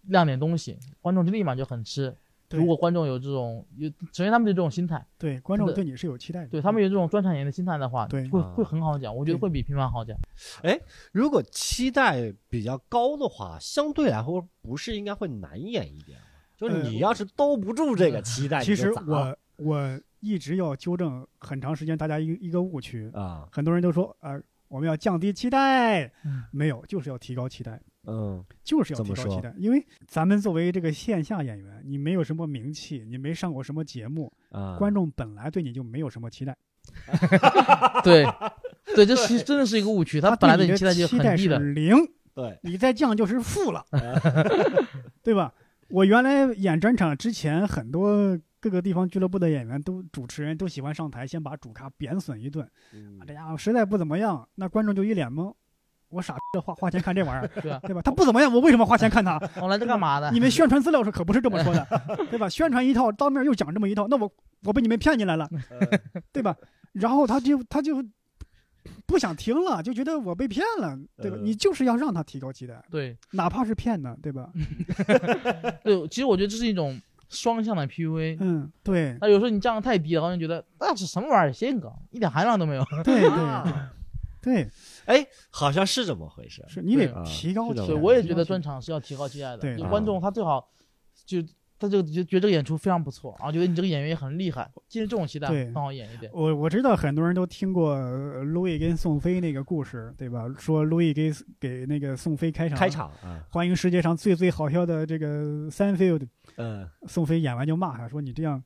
Speaker 3: 亮点东西，观众就立马就很吃。
Speaker 2: 对
Speaker 3: 如果观众有这种有，首先他们就这种心态，
Speaker 2: 对，观众
Speaker 3: 是的
Speaker 2: 对你是有期待的。
Speaker 3: 对他们有这种专场演员的心态的话，
Speaker 2: 嗯对
Speaker 3: 会
Speaker 1: 啊
Speaker 3: 会很好讲，我觉得
Speaker 2: 对
Speaker 3: 会比拼盘好讲。
Speaker 1: 如果期待比较高的话，相对来说不是应该会难演一点吗？就是
Speaker 2: 呃
Speaker 1: 你要是兜不住这个期待，
Speaker 2: 其实
Speaker 1: 你就砸了
Speaker 2: 我我一直要纠正很长时间大家一个一个误区，
Speaker 1: 啊，
Speaker 2: 很多人都说呃我们要降低期待，
Speaker 3: 嗯
Speaker 2: 没有，就是要提高期待。
Speaker 1: 嗯
Speaker 2: 就是要
Speaker 1: 怎
Speaker 2: 提
Speaker 1: 么
Speaker 2: 高
Speaker 1: 说
Speaker 2: 期待，因为咱们作为这个线下演员，你没有什么名气，你没上过什么节目，
Speaker 1: 啊，
Speaker 3: 嗯
Speaker 2: 观众本来对你就没有什么期待。
Speaker 3: 对，对，这是真的是一个误区，他本来
Speaker 2: 对
Speaker 3: 对
Speaker 2: 你
Speaker 3: 你期待就很低的。
Speaker 2: 是零，
Speaker 1: 对，
Speaker 2: 你再降就是负 了，对吧？我原来演专场之前，很多各个地方俱乐部的演员都主持人都喜欢上台，先把主咖贬损一顿，
Speaker 1: 嗯
Speaker 2: 啊这家伙实在不怎么样，那观众就一脸懵。我傻逼的花花钱看这玩意儿，
Speaker 3: 对啊，
Speaker 2: 对吧？他不怎么样，我为什么花钱看 他？
Speaker 3: 我哦来这干嘛的？
Speaker 2: 你们宣传资料是可不是这么说的，对吧？宣传一套，当面又讲这么一套，那我我被你们骗进来了，
Speaker 1: 呃
Speaker 2: 对吧？然后他就他就不想听了，就觉得我被骗了，对吧？
Speaker 1: 呃
Speaker 2: 你就是要让他提高期待，
Speaker 3: 对，
Speaker 2: 哪怕是骗呢，对吧？
Speaker 3: 对，其实我觉得这是一种双向的 PUA。
Speaker 2: 嗯， 对
Speaker 3: 那有时候你降的太低了，观众觉得那是什么玩意儿，谐音梗，一点含量都没有。
Speaker 2: 对对
Speaker 1: 啊
Speaker 2: 对，
Speaker 1: 哎，好像是这么回事。
Speaker 2: 是你得
Speaker 3: 对
Speaker 1: 啊
Speaker 2: 提高
Speaker 1: 是的
Speaker 2: 期待。
Speaker 3: 所
Speaker 1: 对
Speaker 3: 以
Speaker 1: 吧
Speaker 3: 我也
Speaker 2: 提
Speaker 3: 觉
Speaker 2: 高
Speaker 3: 得
Speaker 2: 期
Speaker 3: 专
Speaker 2: 待
Speaker 3: 场是要提高期待的。
Speaker 2: 对
Speaker 3: 就
Speaker 1: 啊
Speaker 3: 观众他最好就他就觉觉得这个演出非常不错，然后觉得你这个演员也很厉害，进入这种期待
Speaker 2: 对
Speaker 3: 更好演一点。
Speaker 2: 我我知道很多人都听过呃路易跟宋飞那个故事，对吧？说路易给给那个宋飞开场，
Speaker 1: 开场啊，
Speaker 2: 欢迎世界上最最好笑的这个三 field，
Speaker 1: 嗯
Speaker 2: 宋飞演完就骂他说：“你这样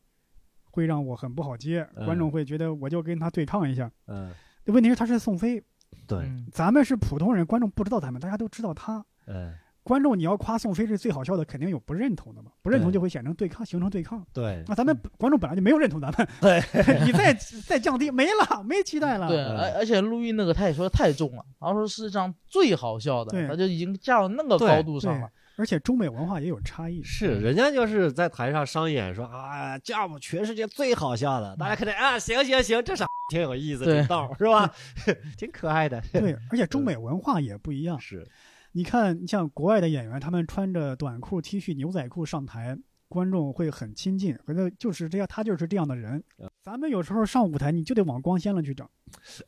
Speaker 2: 会让我很不好接，
Speaker 1: 嗯
Speaker 2: 观众会觉得我就跟他对抗一下。
Speaker 1: 嗯，
Speaker 2: 问题是他是宋飞，
Speaker 1: 对，
Speaker 3: 嗯，
Speaker 2: 咱们是普通人，观众不知道咱们，大家都知道他。
Speaker 1: 嗯
Speaker 2: 观众你要夸宋飞是最好笑的，肯定有不认同的嘛，不认同就会显成对抗，形成对抗。
Speaker 1: 对
Speaker 2: 那咱们观众本来就没有认同咱们， 你再再降低没了，没期待了。
Speaker 3: 对，
Speaker 1: 嗯
Speaker 3: 而而且陆毅那个他也说的太重了，然后说世界上最好笑
Speaker 2: 对
Speaker 3: 的，他就已经架到那个
Speaker 1: 对
Speaker 3: 高
Speaker 2: 对
Speaker 3: 度上了。
Speaker 2: 而且中美文化也有差异。
Speaker 1: 是，人家就是在台上商演说啊，Jump 全世界最好笑的，大家看着啊，行行行，这啥挺有意思，
Speaker 3: 对
Speaker 1: 挺逗是 吧？ 挺可爱的，
Speaker 2: 对，啊而且中美文化也不一样。
Speaker 1: 是，
Speaker 2: 你看，你像国外的演员，他们穿着短裤、T 恤、牛仔裤上台，观众会很亲近，觉得就是这样，他就是这样的人
Speaker 1: 嗯。
Speaker 2: 咱们有时候上舞台，你就得往光鲜了去整。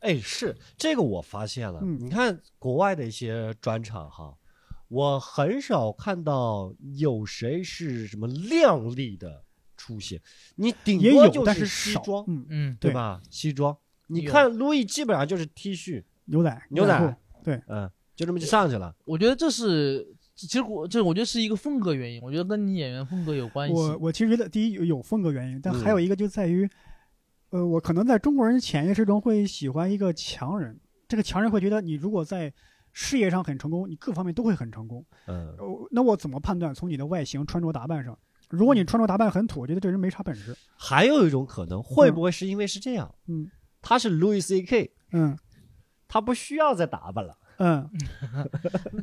Speaker 1: 哎，是这个我发现了，
Speaker 2: 嗯
Speaker 1: 你看国外的一些专场哈，我很少看到有谁是什么靓丽的出现，你顶
Speaker 2: 也
Speaker 1: 多
Speaker 2: 有，
Speaker 1: 就
Speaker 2: 但
Speaker 1: 西
Speaker 2: 少。
Speaker 1: 装，
Speaker 2: 嗯，
Speaker 3: 嗯，
Speaker 1: 对
Speaker 2: 对
Speaker 1: 吧？西装，你
Speaker 3: 有
Speaker 1: 看路易基本上就是 T 恤，
Speaker 2: 牛仔、
Speaker 1: 牛
Speaker 2: 仔裤
Speaker 1: 仔，嗯，就这么就上去了，
Speaker 3: 我觉得这是其实我这我觉得是一个风格原因，我觉得跟你演员风格有关系。
Speaker 2: 我我其实觉得，第一有有风格原因，但
Speaker 1: 嗯
Speaker 2: 还有一个就在于，呃，我可能在中国人潜意识中会喜欢一个强人，这个强人会觉得你如果在事业上很成功，你各方面都会很成功。
Speaker 1: 嗯
Speaker 2: 呃那我怎么判断？从你的外形、穿着打扮上，如果你穿着打扮很土，我觉得这人没啥本事。
Speaker 1: 还有一种可能，会不会是因为是这样？
Speaker 2: 嗯，
Speaker 1: 他是 Louis C K，
Speaker 2: 嗯
Speaker 1: 他不需要再打扮了。
Speaker 2: 嗯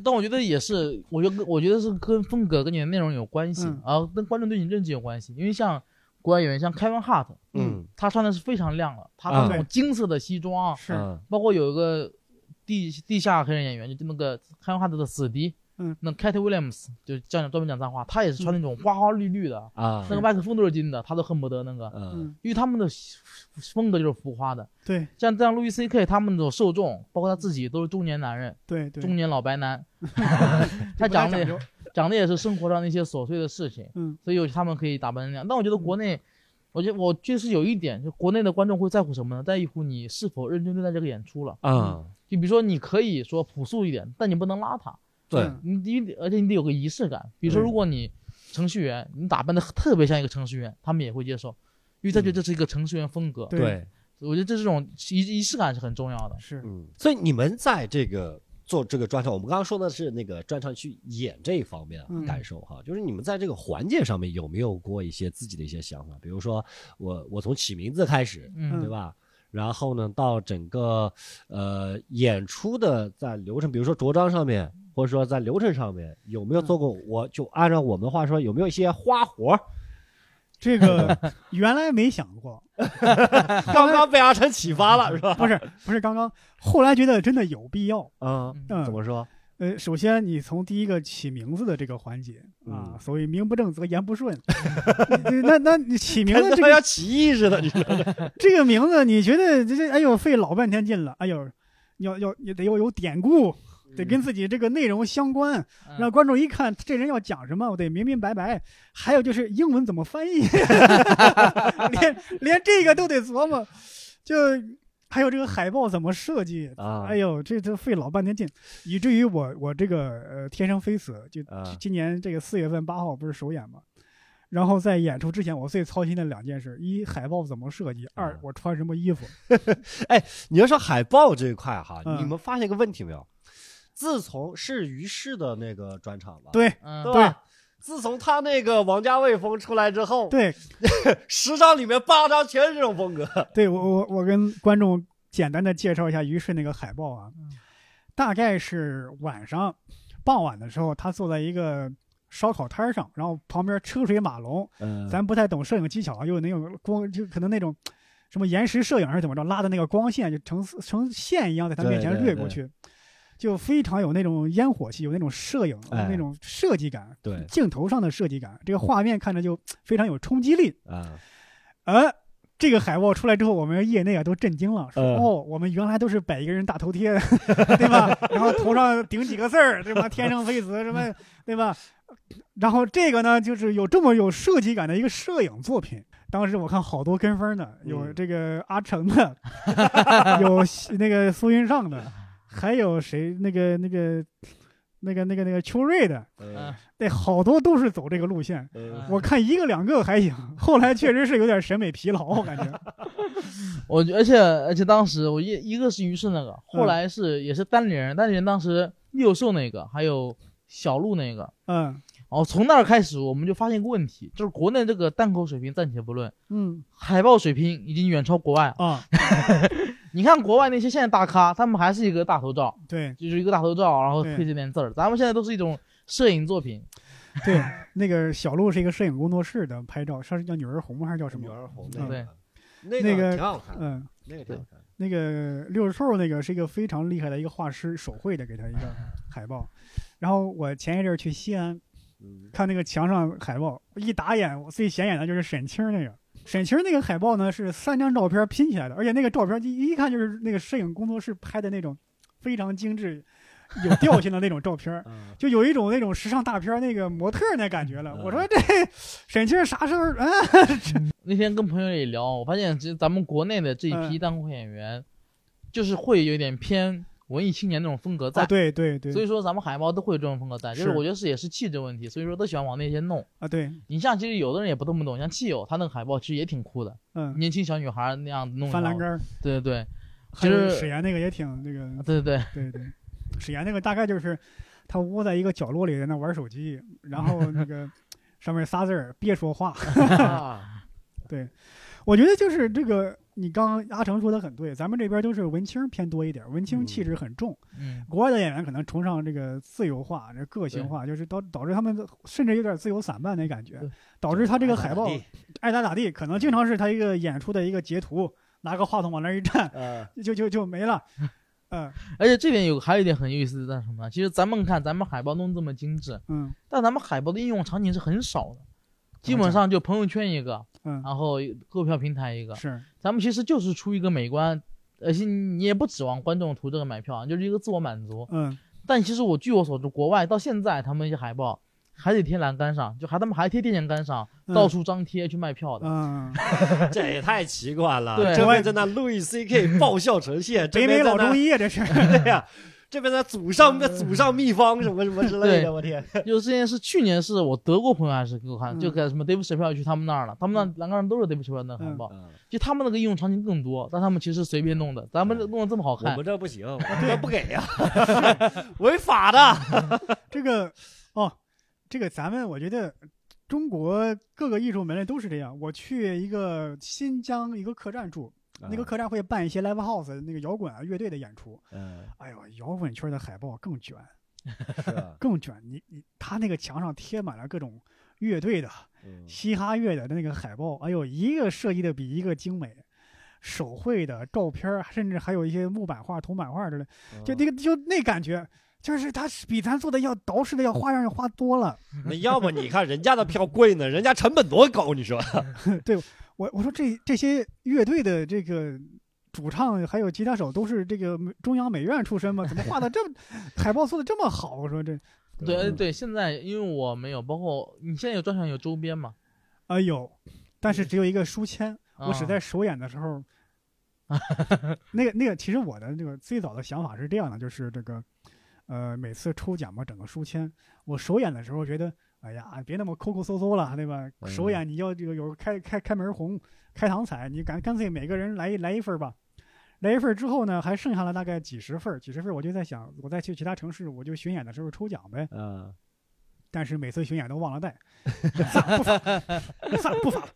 Speaker 3: 但我觉得也是，我觉得跟我觉得是跟风格跟你的内容有关系，
Speaker 2: 嗯
Speaker 3: 然后跟观众对你认知有关系。因为像国外演员像 Kevin Hart，
Speaker 1: 嗯，
Speaker 3: 他穿的是非常亮的，他
Speaker 1: 啊
Speaker 3: 穿那种金色的西装，啊
Speaker 2: 是
Speaker 1: 嗯
Speaker 3: 包括有一个地地下黑人演员，就那个 Kevin Hart 的死敌，
Speaker 2: 嗯，
Speaker 3: 那 Cat Williams 就讲专门讲脏话，他也是穿那种花花绿绿的，
Speaker 1: 啊
Speaker 3: 那个麦克风都是金的，他都恨不得那个，
Speaker 1: 嗯
Speaker 2: 嗯，
Speaker 3: 因为他们的风格就是浮夸的。
Speaker 2: 对
Speaker 3: 像这样路易 C K 他们这种受众，包括他自己都是中年男人，
Speaker 2: 对对，
Speaker 3: 中年老白 男，
Speaker 2: 就
Speaker 3: 他
Speaker 2: 不太
Speaker 3: 讲
Speaker 2: 讲
Speaker 3: 的
Speaker 2: 究。
Speaker 3: 讲的也是生活上的一些琐碎的事情，
Speaker 2: 嗯，
Speaker 3: 所以有他们可以打扮成那样。但我觉得国内，我觉得我就是有一点，就国内的观众会在乎什么呢？在乎你是否认真对待这个演出了。
Speaker 1: 嗯，
Speaker 3: 就比如说，你可以说朴素一点，但你不能邋遢，
Speaker 1: 对，
Speaker 2: 嗯
Speaker 3: 你你得而且你得有个仪式感。比如说，
Speaker 1: 对
Speaker 3: 如果你程序员，你打扮的特别像一个程序员，他们也会接受，因为他觉得这是一个程序员风格。
Speaker 2: 嗯对
Speaker 1: 对，
Speaker 3: 我觉得这种仪仪式感是很重要的。
Speaker 2: 是
Speaker 1: 嗯，所以你们在这个做这个专场，我们刚刚说的是那个专场去演这一方面啊
Speaker 2: 嗯
Speaker 1: 感受哈，就是你们在这个环节上面有没有过一些自己的一些想法？比如说我我从起名字开始，
Speaker 3: 嗯
Speaker 1: 对吧？然后呢，到整个呃演出的在流程，比如说着装上面，或者说在流程上面，有
Speaker 2: 嗯
Speaker 1: 没有做过？我就按照我们的话说，有没有一些花活 儿？
Speaker 2: 这个原来没想过，
Speaker 1: 刚刚被阿成启发了，是吧？
Speaker 2: 不是不是刚刚，后来觉得真的有必要。
Speaker 1: 嗯，
Speaker 3: 嗯
Speaker 2: 嗯
Speaker 1: 怎，么说？
Speaker 2: 呃，首先你从第一个起名字的这个环节啊，
Speaker 1: 嗯
Speaker 2: 所谓名不正则言不顺，你那那你起名
Speaker 1: 跟
Speaker 2: 字
Speaker 1: 他
Speaker 2: 这
Speaker 1: 妈
Speaker 2: 个
Speaker 1: 要起义似的，你知 道吗？
Speaker 2: 这个名字，你觉得这这哎呦费老半天劲了，哎呦，要要也得要有典故，得跟自己这个内容相关，
Speaker 3: 嗯
Speaker 2: 让观众一看这人要讲什么，我得明明白白。还有就是英文怎么翻译， 连连这个都得琢磨，就还有这个海报怎么设计，
Speaker 1: 啊，
Speaker 2: 哎呦，这这费老半天劲，以至于我我这个呃天生非死，就
Speaker 1: 啊
Speaker 2: 今年这个四月份八号不是首演嘛，然后在演出之前，我最操心的两件事：一海报怎么设计，二
Speaker 1: 啊
Speaker 2: 我穿什么衣服。
Speaker 1: 你要说海报这一块哈，
Speaker 2: 嗯
Speaker 1: 你们发现一个问题没有？自从是于适的那个专场吧，
Speaker 2: 对
Speaker 3: 嗯
Speaker 1: 对，吧？自从他那个王家卫风出来之后，
Speaker 2: 对
Speaker 1: 十张里面八张全是这种风格。
Speaker 2: 对，我我我跟观众简单的介绍一下于是那个海报啊
Speaker 3: 嗯，
Speaker 2: 大概是晚上傍晚的时候，他坐在一个烧烤摊儿上，然后旁边车水马龙，
Speaker 1: 嗯
Speaker 2: 咱不太懂摄影技巧，啊又有那种光，就可能那种什么延时摄影还是怎么着，拉的那个光线就成成线一样在他面前
Speaker 1: 对对
Speaker 2: 掠过去，就非常有那种烟火气，有那种摄影、
Speaker 1: 哎
Speaker 2: 那种设计感，
Speaker 1: 对
Speaker 2: 镜头上的设计感，这个画面看着就非常有冲击力。
Speaker 1: 啊，
Speaker 2: 呃，这个海报出来之后，我们业内啊都震惊了，说、
Speaker 1: 嗯
Speaker 2: 哦，我们原来都是摆一个人大头贴，对吧？然后头上顶几个字儿，对吧？天生飞子什么，对吧？然后这个呢，就是有这么有设计感的一个摄影作品。当时我看好多跟风的，有
Speaker 1: 嗯
Speaker 2: 这个阿 成的，有西那个苏云上的，还有谁那个那个那个那个那个秋瑞的，
Speaker 3: 啊
Speaker 1: 嗯
Speaker 2: 对，好多都是走这个路线。
Speaker 1: 嗯
Speaker 2: 我看一个两个还行，后来确实是有点审美疲劳，我感觉。
Speaker 3: 我觉而且而且当时我一一个是于适那个，后来是、也是单立人，单立人当时六兽那个，还有小鹿那个。
Speaker 2: 嗯
Speaker 3: 然后从那儿开始，我们就发现一个问题，就是国内这个单口水平暂且不论，
Speaker 2: 嗯
Speaker 3: 海报水平已经远超国外。
Speaker 2: 啊，
Speaker 3: 你看国外那些现在大咖，他们还是一个大头照，
Speaker 2: 对
Speaker 3: 就是一个大头照，然后
Speaker 2: 对
Speaker 3: 配这点字儿。咱们现在都是一种摄影作品，
Speaker 2: 对，那个小鹿是一个摄影工作室的拍照，上是叫女儿红吗还是叫什
Speaker 1: 女
Speaker 2: 么？
Speaker 1: 儿红
Speaker 2: 那个
Speaker 3: 对，
Speaker 1: 那
Speaker 2: 那个
Speaker 1: 挺好看的，
Speaker 2: 嗯，
Speaker 1: 那个挺好看的。
Speaker 2: 那个六兽那个是一个非常厉害的一个画师手绘的，给他一个海报。然后我前一阵儿去西安
Speaker 1: 嗯
Speaker 2: 看那个墙上海报，一打眼我最显眼的就是沈清那个。沈清那个海报呢是三张照片拼起来的，而且那个照片一一看就是那个摄影工作室拍的那种非常精致、有调性的那种照片。
Speaker 1: 嗯
Speaker 2: 就有一种那种时尚大片儿那个模特儿那感觉了。
Speaker 1: 嗯
Speaker 2: 我说这沈清啥时候？嗯、
Speaker 3: 那天跟朋友也聊，我发现其实咱们国内的这一批
Speaker 2: 嗯
Speaker 3: 单口演员，就是会有点偏文艺青年那种风格在。
Speaker 2: 啊，对对对，
Speaker 3: 所以说咱们海报都会有这种风格在，就是
Speaker 2: 是
Speaker 3: 我觉得是也是气质问题，所以说都喜欢往那些弄。
Speaker 2: 啊对，
Speaker 3: 你像其实有的人也不这么懂，像汽友他那个海报其实也挺酷的，
Speaker 2: 嗯，
Speaker 3: 年轻小女孩那样弄一
Speaker 2: 翻
Speaker 3: 下
Speaker 2: 栏杆儿，
Speaker 3: 对对
Speaker 2: 还有
Speaker 3: 嗯其实
Speaker 2: 史岩那个也挺那个，
Speaker 3: 对对 对
Speaker 2: 对对，史岩那个大概就是他窝在一个角落里在那玩手机，然后那个上面仨字儿别说话。
Speaker 3: 对，啊
Speaker 2: 我觉得就是这个，你刚刚阿成说的很对，咱们这边都是文青偏多一点，文青气质很重。
Speaker 3: 嗯，
Speaker 2: 国外的演员可能崇尚这个自由化、这个性化，就是导导致他们甚至有点自由散漫那感觉
Speaker 3: 对，
Speaker 2: 导致他这个海报
Speaker 1: 爱咋地
Speaker 2: 爱咋咋地，可能经常是他一个演出的一个截图，拿个话筒往那儿一站，
Speaker 1: 呃，
Speaker 2: 就就就没了。 嗯
Speaker 3: 而且这点有还有一点很有意思的在什么呢？其实咱们看咱们海报弄这么精致，
Speaker 2: 嗯
Speaker 3: 但咱们海报的应用场景是很少的，基
Speaker 2: 怎么
Speaker 3: 本
Speaker 2: 讲
Speaker 3: 上就朋友圈一个，
Speaker 2: 嗯，
Speaker 3: 然后购票平台一个，
Speaker 2: 是
Speaker 3: 咱们其实就是出一个美观，而且你也不指望观众图这个买票，啊就是一个自我满足。
Speaker 2: 嗯
Speaker 3: 但其实我据我所知，国外到现在他们一些海报还得贴栏杆上，就还他们还贴电线杆上，
Speaker 2: 嗯
Speaker 3: 到处张贴去卖票的。
Speaker 2: 嗯。
Speaker 1: 呃这也太奇怪了。
Speaker 3: 对
Speaker 1: 这边在那路易 C K 爆笑呈现， 这
Speaker 2: 北
Speaker 1: 边
Speaker 2: 美
Speaker 1: 在
Speaker 2: 老
Speaker 1: 那
Speaker 2: 中医啊，这是
Speaker 1: 对呀、这边在祖上在祖上秘方什么什么之类
Speaker 3: 对
Speaker 1: 的，我天，
Speaker 3: 就之前是去年是我德国朋友还是给我看，
Speaker 2: 嗯
Speaker 3: 就给什么 Dave 票去他们那儿了，他们那栏杆上都是 Dave 票的
Speaker 2: 嗯
Speaker 3: 海报，
Speaker 1: 啊
Speaker 3: 就他们那个应用场景更多，但他们其实随便弄的，咱们弄得这么好
Speaker 1: 我
Speaker 3: 看
Speaker 1: 们，这不行，我们这不给呀、 违法的。
Speaker 2: 这个哦，这个咱们我觉得中国各个艺术门类都是这样。我去一个新疆一个客栈住，嗯那
Speaker 1: 啊
Speaker 2: 个客栈会办一些 live house 那个摇滚啊乐队的演出。
Speaker 1: 嗯，
Speaker 2: 哎呦，摇滚圈的海报更卷，
Speaker 1: 是啊，
Speaker 2: 更卷！你你他那个墙上贴满了各种乐队的
Speaker 1: 嗯
Speaker 2: 嘻哈乐的那个海报，哎呦，一个设计的比一个精美。手绘的照片儿，甚至还有一些木版画、铜版画之类的，
Speaker 1: 嗯
Speaker 2: 就那个就那感觉，就是他比咱做的要捯饬的要花样要花多了。
Speaker 1: 那要不你看人家的票贵呢，人家成本多高，你说？
Speaker 2: 我我说这这些乐队的这个主唱还有吉他手都是这个美中央美院出身吗？怎么画的这么海报做的这么好？我说这，嗯
Speaker 3: 对对对，现在因为我没有，包括你现在有专场有周边嘛，
Speaker 2: 哎呦，但是只有一个书签，我
Speaker 3: 啊
Speaker 2: 只在首演的时候，那个那个，其实我的这个最早的想法是这样的，就是这个，呃，每次抽奖嘛，整个书签，我首演的时候觉得，哎呀，别那么抠抠搜搜了，对吧？
Speaker 1: 嗯
Speaker 2: 首演你要这个有开开开门红，开堂彩，你干干脆每个人来一来一份儿吧。来一份儿之后呢，还剩下了大概几十份儿，几十份儿我就在想，我再去其他城市，我就巡演的时候抽奖呗。
Speaker 1: 嗯，
Speaker 2: 但是每次巡演都忘了带，算了不发了，算了不发了。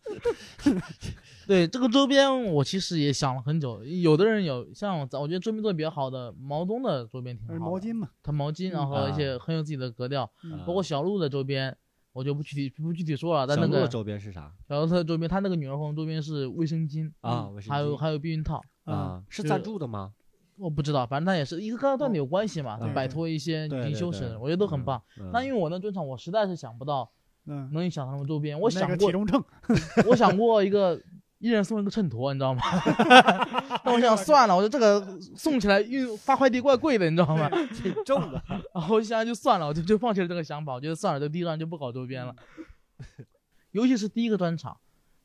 Speaker 3: 对这个周边，我其实也想了很久。有的人有像我，我觉得周边做的比较好的毛东的周边挺好
Speaker 2: 呃
Speaker 3: 的，
Speaker 2: 毛巾嘛，
Speaker 3: 它毛巾，然后
Speaker 1: 嗯
Speaker 3: 而且很有自己的格调。
Speaker 2: 嗯
Speaker 3: 包括小鹿的周边，我就不具体不具体说了，但
Speaker 1: 小
Speaker 3: 那
Speaker 1: 鹿的
Speaker 3: 个
Speaker 1: 周边是啥
Speaker 3: 小鹿的周边，它那个女儿红周边是卫生巾
Speaker 1: 啊
Speaker 3: 嗯
Speaker 1: 卫生
Speaker 3: 还有
Speaker 1: 巾
Speaker 3: 还有避孕套，
Speaker 2: 啊
Speaker 1: 啊？是
Speaker 3: 就是
Speaker 1: 赞助的吗？
Speaker 3: 我不知道，反正它也是一个跟段子有关系嘛，
Speaker 1: 对
Speaker 3: 摆脱一些
Speaker 1: 哦对
Speaker 3: 隐
Speaker 1: 对
Speaker 3: 修
Speaker 1: 对
Speaker 3: 身，我觉得都很棒。
Speaker 1: 嗯
Speaker 3: 那因为我那专场，我实在是想不到
Speaker 2: 嗯，
Speaker 3: 能影响他们周边，我
Speaker 2: 那
Speaker 3: 想
Speaker 2: 个
Speaker 3: 过
Speaker 2: 体重秤，
Speaker 3: 啊我想过一个，一人送一个秤砣，你知道吗？ 那我想算了，我说这个送起来运发快递怪贵的，你知道吗？
Speaker 1: 挺重的，
Speaker 3: 然后我想想就算了，我就就放弃了这个想法，我觉得算了，这第一段就不搞周边了。 尤其是第一个专场，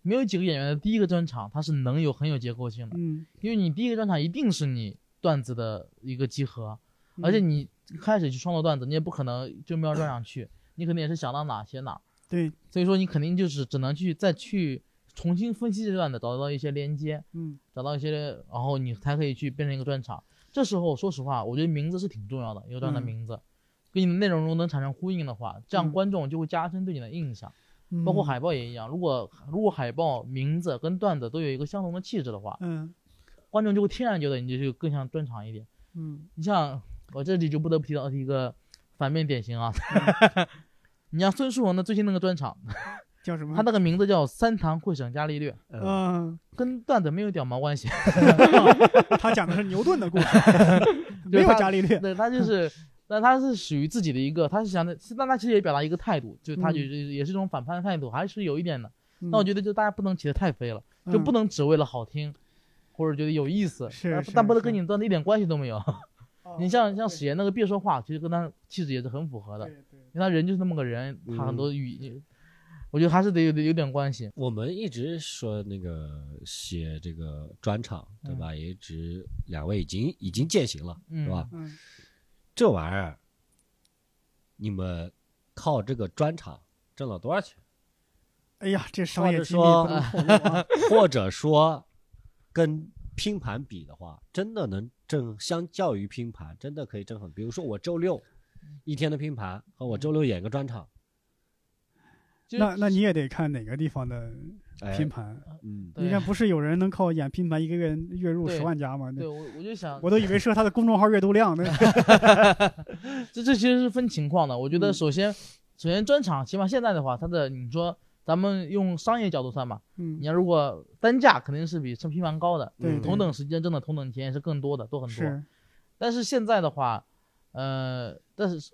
Speaker 3: 没有几个演员的第一个专场，它是能有很有结构性的，
Speaker 2: 嗯，
Speaker 3: 因为你第一个专场一定是你段子的一个集合，
Speaker 2: 嗯
Speaker 3: 而且你开始去创作段子，你也不可能就瞄专场去，你肯定也是想到哪写哪。
Speaker 2: 对，
Speaker 3: 所以说你肯定就是只能去再去重新分析这段的，找到一些连接，
Speaker 2: 嗯
Speaker 3: 找到一些，然后你才可以去变成一个专场。这时候说实话，我觉得名字是挺重要的，一个专场的
Speaker 2: 嗯
Speaker 3: 名字。跟你的内容中能产生呼应的话，这样
Speaker 2: 嗯
Speaker 3: 观众就会加深对你的印象，
Speaker 2: 嗯，
Speaker 3: 包括海报也一样。如果如果海报、名字跟段子都有一个相同的气质的话，
Speaker 2: 嗯
Speaker 3: 观众就会天然觉得你这就更像专场一点。
Speaker 2: 嗯
Speaker 3: 你像我这里就不得不提到一个反面典型啊，
Speaker 2: 嗯
Speaker 3: 你像孙树文的最新那个专场，
Speaker 2: 叫什么？
Speaker 3: 他那个名字叫《三堂会审伽利略》，
Speaker 1: 嗯
Speaker 2: 嗯，
Speaker 3: 跟段子没有屌 毛关系。
Speaker 2: 他讲的是牛顿的故事，
Speaker 3: 就
Speaker 2: 没
Speaker 3: 是
Speaker 2: 有
Speaker 3: 他
Speaker 2: 伽利略，
Speaker 3: 对他 就是，但他是属于自己的一个，他是想的，但他其实也表达一个态度，就是他
Speaker 2: 嗯
Speaker 3: 就是也是一种反叛的态度，还是有一点的。
Speaker 2: 那
Speaker 3: 但我觉得就大家不能起得太飞了，
Speaker 2: 嗯
Speaker 3: 就不能只为了好听，或者觉得有意思，
Speaker 2: 是
Speaker 3: 但
Speaker 2: 是
Speaker 3: 但不能
Speaker 2: 是哦
Speaker 3: 跟你段子一点关系都没有。你像像史岩那个别说话，其实跟他气质也是很符合的，
Speaker 2: 对对
Speaker 3: 因为他人就是那么个人，
Speaker 1: 嗯
Speaker 3: 他很多语。我觉得还是得有有点关系。
Speaker 1: 我们一直说那个写这个专场，对吧？也一直两位已经已经践行了，
Speaker 3: 嗯
Speaker 1: 是吧？
Speaker 2: 嗯，
Speaker 1: 这玩意儿，你们靠这个专场挣了多少钱？
Speaker 2: 哎呀，这商业机密
Speaker 1: 或
Speaker 2: 不
Speaker 1: 者
Speaker 2: 能透露 啊。
Speaker 1: 或者说，跟拼盘比的话，真的能挣，相较于拼盘，真的可以挣很。比如说我周六一天的拼盘和我周六演个专场，
Speaker 3: 就
Speaker 2: 那那你也得看哪个地方的
Speaker 1: 哎
Speaker 2: 拼，盘。啊
Speaker 1: 嗯，
Speaker 3: 对
Speaker 2: 你看，不是有人能靠演拼盘一个月月入
Speaker 3: 对
Speaker 2: 十万加吗？那
Speaker 3: 对我我就想，
Speaker 2: 我都以为是他的公众号阅读 量呢。
Speaker 3: 这这其实是分情况的。我觉得
Speaker 2: 嗯
Speaker 3: 首先，首先专场，起码现在的话，它的你说咱们用商业角度算嘛，
Speaker 2: 嗯
Speaker 3: 你，要如果单价肯定是比成拼盘高的，
Speaker 2: 对，
Speaker 1: 嗯
Speaker 2: 对
Speaker 3: 同等时间挣的同等钱也是更多的，多很多。
Speaker 2: 是，
Speaker 3: 但是现在的话，呃，但是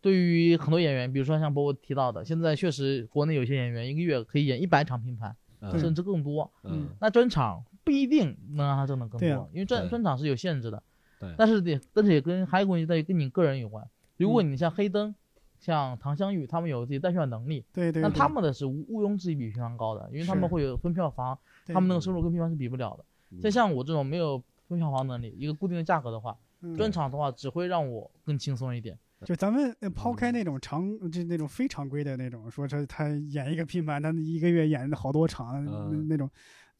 Speaker 3: 对于很多演员，比如说像波波提到的，现在确实国内有些演员一个月可以演一百场拼盘，
Speaker 1: 嗯
Speaker 3: 甚至更多。
Speaker 1: 嗯，
Speaker 3: 那专场不一定能让他挣得更
Speaker 2: 对
Speaker 3: 多，
Speaker 2: 啊
Speaker 3: 因为专
Speaker 1: 对
Speaker 3: 专场是有限制的。
Speaker 1: 对
Speaker 3: 但是得，但是也跟还有一个问题在于跟你个人有关。如果你像黑灯、像唐香玉，他们有自己带票能力，
Speaker 2: 对对。
Speaker 3: 那
Speaker 2: 对
Speaker 3: 他们的是毋毋庸置疑比票房高的，因为他
Speaker 2: 是
Speaker 3: 们会有分票房，
Speaker 2: 对
Speaker 3: 他们那个收入跟票房是比不了的。
Speaker 1: 嗯
Speaker 3: 再像我这种没有分票房能力，一个固定的价格的话，
Speaker 2: 嗯
Speaker 3: 专场的话只会让我更轻松一点。
Speaker 2: 就咱们
Speaker 3: 嗯
Speaker 2: 呃抛开那种常，就那种非常规的那种，说这他演一个拼盘，他一个月演好多场、啊
Speaker 1: 嗯
Speaker 2: 那种，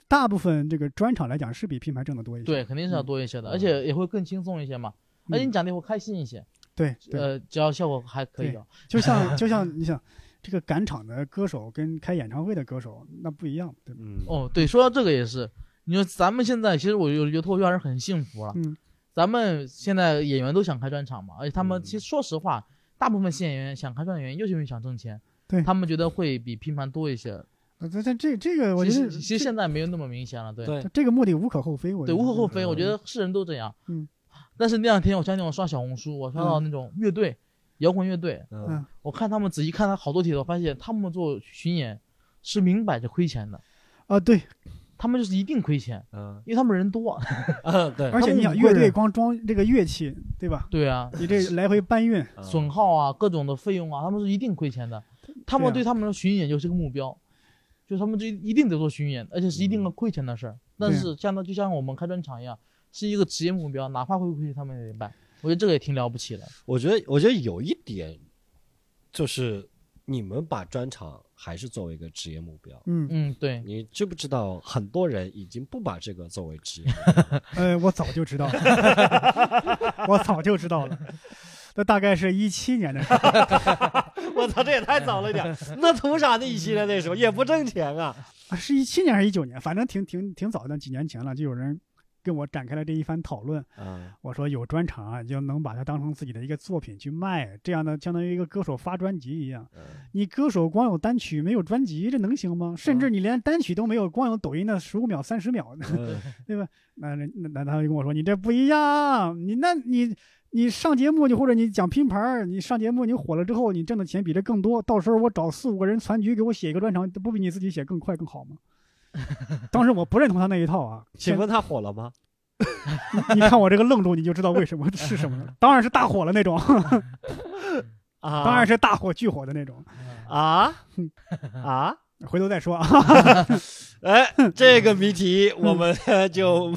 Speaker 2: 大部分这个专场来讲是比拼盘挣得多一些。
Speaker 3: 对，肯定是要多一些的，
Speaker 1: 嗯
Speaker 3: 而且也会更轻松一些嘛，而且你讲的也会开心一些。
Speaker 2: 嗯对嗯对，
Speaker 3: 呃，只要效果还可以
Speaker 2: 对
Speaker 3: 啊，
Speaker 2: 就 像就像你想，这个赶场的歌手跟开演唱会的歌手那不一样，对吧？
Speaker 1: 嗯，
Speaker 3: 哦，对，说到这个也是，你说咱们现在其实我就觉得脱口秀还是很幸福了。
Speaker 2: 嗯，
Speaker 3: 咱们现在演员都想开专场嘛，而且他们
Speaker 1: 嗯
Speaker 3: 其实说实话，大部分新演员想开专场的原因就是因为想挣钱，
Speaker 2: 对
Speaker 3: 他们觉得会比拼盘多一些。
Speaker 2: 呃但但这这个我
Speaker 3: 其
Speaker 2: 觉
Speaker 3: 实
Speaker 2: 得
Speaker 3: 其实现在没有那么明显了，对
Speaker 1: 对，
Speaker 2: 这个目的无可厚非，我
Speaker 3: 对，
Speaker 2: 觉得
Speaker 3: 无可厚
Speaker 2: 嗯
Speaker 3: 非，我觉得是人都这样。
Speaker 2: 嗯，
Speaker 3: 但是那两天我前两天我刷小红书，我刷到
Speaker 2: 嗯
Speaker 3: 那种乐队，摇滚乐队，
Speaker 1: 嗯，
Speaker 3: 我看他们仔细看他好多帖子，我发现他们做巡演是明摆着亏钱的，
Speaker 2: 啊，对，
Speaker 3: 他们就是一定亏钱，
Speaker 1: 嗯，
Speaker 3: 因为他们人多。
Speaker 1: 嗯，对，
Speaker 2: 而且你想
Speaker 3: 他们五个
Speaker 2: 乐
Speaker 3: 人
Speaker 2: 队光装这个乐器，对吧？
Speaker 3: 对啊，
Speaker 2: 你这来回搬运，
Speaker 1: 嗯
Speaker 3: 损耗啊，各种的费用啊，他们是一定亏钱的。他们对他们的巡演就是个目标，就他们就一定得做巡演，而且是一定个亏钱的事儿。但是像他就像我们开专场一样，是一个职业目标，哪怕会亏钱，他们也得办。我觉得这个也挺了不起的。
Speaker 1: 我觉得，我觉得有一点就是你们把专场还是作为一个职业目标。
Speaker 2: 嗯，
Speaker 3: 嗯，对，
Speaker 1: 你知不知道，很多人已经不把这个作为职业了。
Speaker 2: 呃，我早就知道了，我早就知道了。 那大概是一七年的时候，
Speaker 1: 我操，这也太早了一点！那图啥呢？一七年那时候也不挣钱啊。
Speaker 2: 啊是一七年还是一九年，反正挺挺挺早的，几年前了，就有人跟我展开了这一番讨论。
Speaker 1: 嗯
Speaker 2: 我说有专场啊，你就能把它当成自己的一个作品去卖，这样呢，相当于一个歌手发专辑一样。
Speaker 1: 嗯
Speaker 2: 你歌手光有单曲没有专辑，这能行吗？甚至你连单曲都没有，光有抖音的十五秒、三十秒，
Speaker 1: 嗯
Speaker 2: 那人那那他就跟我说，你这不一样，你那你你上节目你或者你讲拼盘儿，你上节目你火了之后，你挣的钱比这更多，到时候我找四五个人攒局给我写一个专场，这不比你自己写更快更好吗？当时我不认同他那一套啊，
Speaker 1: 请
Speaker 2: 现
Speaker 1: 问他火了吗？
Speaker 2: 你看我这个愣住，你就知道为什么是什么了。当然是大火了那种，
Speaker 1: 啊，
Speaker 2: 当然是大火巨火的那种。
Speaker 1: 啊啊！
Speaker 2: 回头再说啊，
Speaker 1: 哎，这个谜题我们就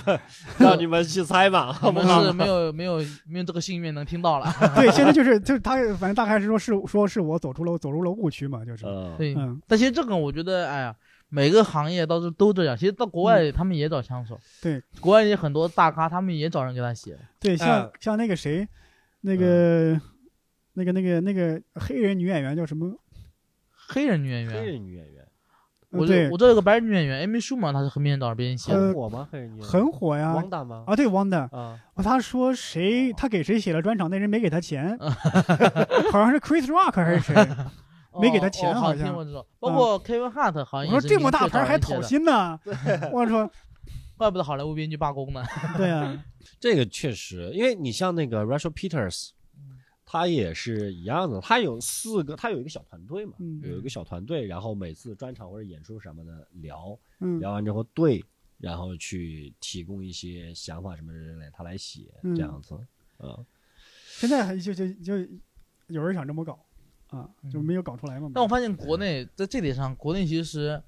Speaker 1: 让 你们去猜吧，好
Speaker 3: 我
Speaker 1: 不
Speaker 3: 们
Speaker 1: 好
Speaker 3: 是？没有没有没有这个幸运能听到 了。
Speaker 2: 对，现在就是就是他，反正大概是说是说是我走出了走入了误区嘛，就是，
Speaker 1: 嗯
Speaker 3: 对，
Speaker 2: 嗯，
Speaker 3: 但其实这个我觉得，哎呀，每个行业倒是都这样。其实到国外他们也找枪手，
Speaker 2: 对，
Speaker 3: 国外也很多大咖，他们也找人给他写。
Speaker 2: 对，像、
Speaker 3: 嗯
Speaker 1: 呃
Speaker 2: 像那个谁，那个、那个那个那个黑人女演员叫什么？
Speaker 3: 黑人女演
Speaker 1: 黑
Speaker 3: 员，
Speaker 1: 人女演员
Speaker 2: 呃
Speaker 3: 我这
Speaker 2: 对嗯
Speaker 3: 我，这有个白人女演员 Amy Schumer，她是很明显找别人写的。
Speaker 1: 很火吗？黑人
Speaker 3: 嗯
Speaker 1: 女演员
Speaker 2: 很火呀
Speaker 1: 汪。达吗？
Speaker 2: 啊，对，Wanda，
Speaker 1: 啊，
Speaker 2: 哦他说谁，
Speaker 3: 哦
Speaker 2: 他给谁写了专场，那人没给他 钱，好像是 Chris Rock 还是谁？没给他钱
Speaker 3: 哦哦
Speaker 2: 好
Speaker 3: 听
Speaker 2: 像嗯
Speaker 3: 我知道，包括 Kevin Hart 好
Speaker 2: 我
Speaker 3: 像也
Speaker 2: 说
Speaker 3: 是
Speaker 2: 这么
Speaker 3: 明
Speaker 2: 大
Speaker 3: 确找
Speaker 2: 牌还
Speaker 3: 人写
Speaker 2: 讨
Speaker 3: 的，
Speaker 2: 薪 呢，我说
Speaker 3: 怪不得好莱坞编剧罢工呢。
Speaker 2: 对啊，
Speaker 1: 这个确实，因为你像那个 Rachel Peters，他也是一样的，他有四个，他有一个小团队嘛，
Speaker 2: 嗯
Speaker 1: 有一个小团队，然后每次专场或者演出什么的聊，
Speaker 2: 嗯
Speaker 1: 聊完之后对，然后去提供一些想法什么之类的，他来写
Speaker 2: 嗯
Speaker 1: 这样子，嗯，
Speaker 2: 现在还就就就有人想这么搞，啊，就没有搞出来嘛。
Speaker 3: 嗯
Speaker 2: 嗯
Speaker 3: 但我发现国内在这点上，国内其实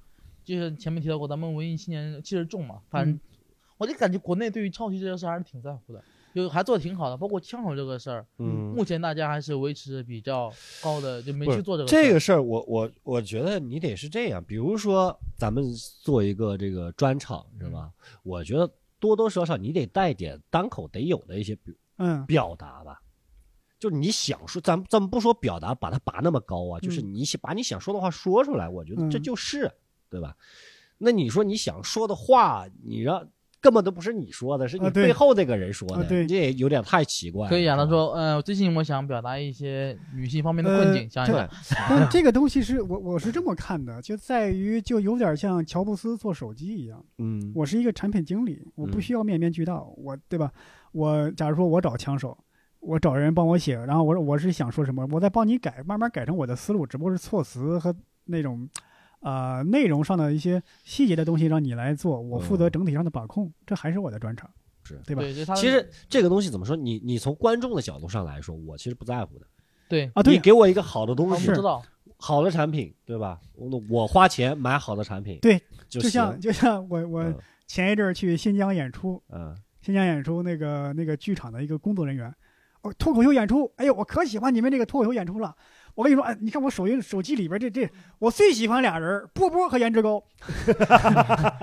Speaker 3: 就是前面提到过，咱们文艺青年气质重嘛，反
Speaker 2: 嗯
Speaker 3: 正我就感觉国内对于抄袭这件事还是挺在乎的，就还做的挺好的。包括枪手这个事儿，
Speaker 1: 嗯，
Speaker 3: 目前大家还是维持比较高的，就没
Speaker 1: 不是
Speaker 3: 去做这个事儿。
Speaker 1: 这个事儿，我我我觉得你得是这样，比如说咱们做一个这个专场是吧？我觉得多多少少你得带点单口得有的一些表
Speaker 2: 嗯，
Speaker 1: 表达吧，就是你想说，咱咱们不说表达把它拔那么高啊，就是你想把你想说的话说出来，我觉得这
Speaker 2: 嗯
Speaker 1: 就是、对吧？那你说你想说的话，你让根本都不是你说的，是你
Speaker 2: 啊对
Speaker 1: 背后那个人说的，
Speaker 2: 啊对
Speaker 1: 这也有点太奇怪了。
Speaker 3: 可以啊，
Speaker 1: 是吧
Speaker 3: 他说，呃，最近我想表达一些女性方面的困
Speaker 2: 呃
Speaker 3: 境，想一
Speaker 1: 对
Speaker 3: 想，
Speaker 2: 但这个东西是我我是这么看的，就在于就有点像乔布斯做手机一样，
Speaker 1: 嗯
Speaker 2: 我是一个产品经理，我不
Speaker 1: 嗯
Speaker 2: 需要面面俱到，我对吧？我假如说我找枪手，我找人帮我写，然后我我是想说什么，我再帮你改，慢慢改成我的思路，只不过是措辞和那种。呃，内容上的一些细节的东西让你来做，我负责
Speaker 1: 嗯
Speaker 2: 整体上的把控，这还是我的专长，
Speaker 1: 是
Speaker 2: 对吧？
Speaker 3: 对，就他
Speaker 1: 其实这个东西怎么说？你你从观众的角度上来说，我其实不在乎的。
Speaker 3: 对，
Speaker 2: 啊，对
Speaker 1: 你
Speaker 2: 呀
Speaker 1: 给我一个好的
Speaker 3: 他
Speaker 1: 东
Speaker 3: 们
Speaker 1: 西
Speaker 3: 不，知道，
Speaker 1: 好的产品，对吧？我我花钱买好的产品，
Speaker 2: 对，
Speaker 1: 就
Speaker 2: 就
Speaker 1: 行
Speaker 2: 像就像我我
Speaker 1: 嗯
Speaker 2: 前一阵儿去新疆演出，
Speaker 1: 嗯
Speaker 2: 新疆演出那个那个剧场的一个工作人员，哦，脱口秀演出，哎呦，我可喜欢你们这个脱口秀演出了。我跟你说，哎，你看我手机手机里边这这，我最喜欢俩人儿，波波和颜值高。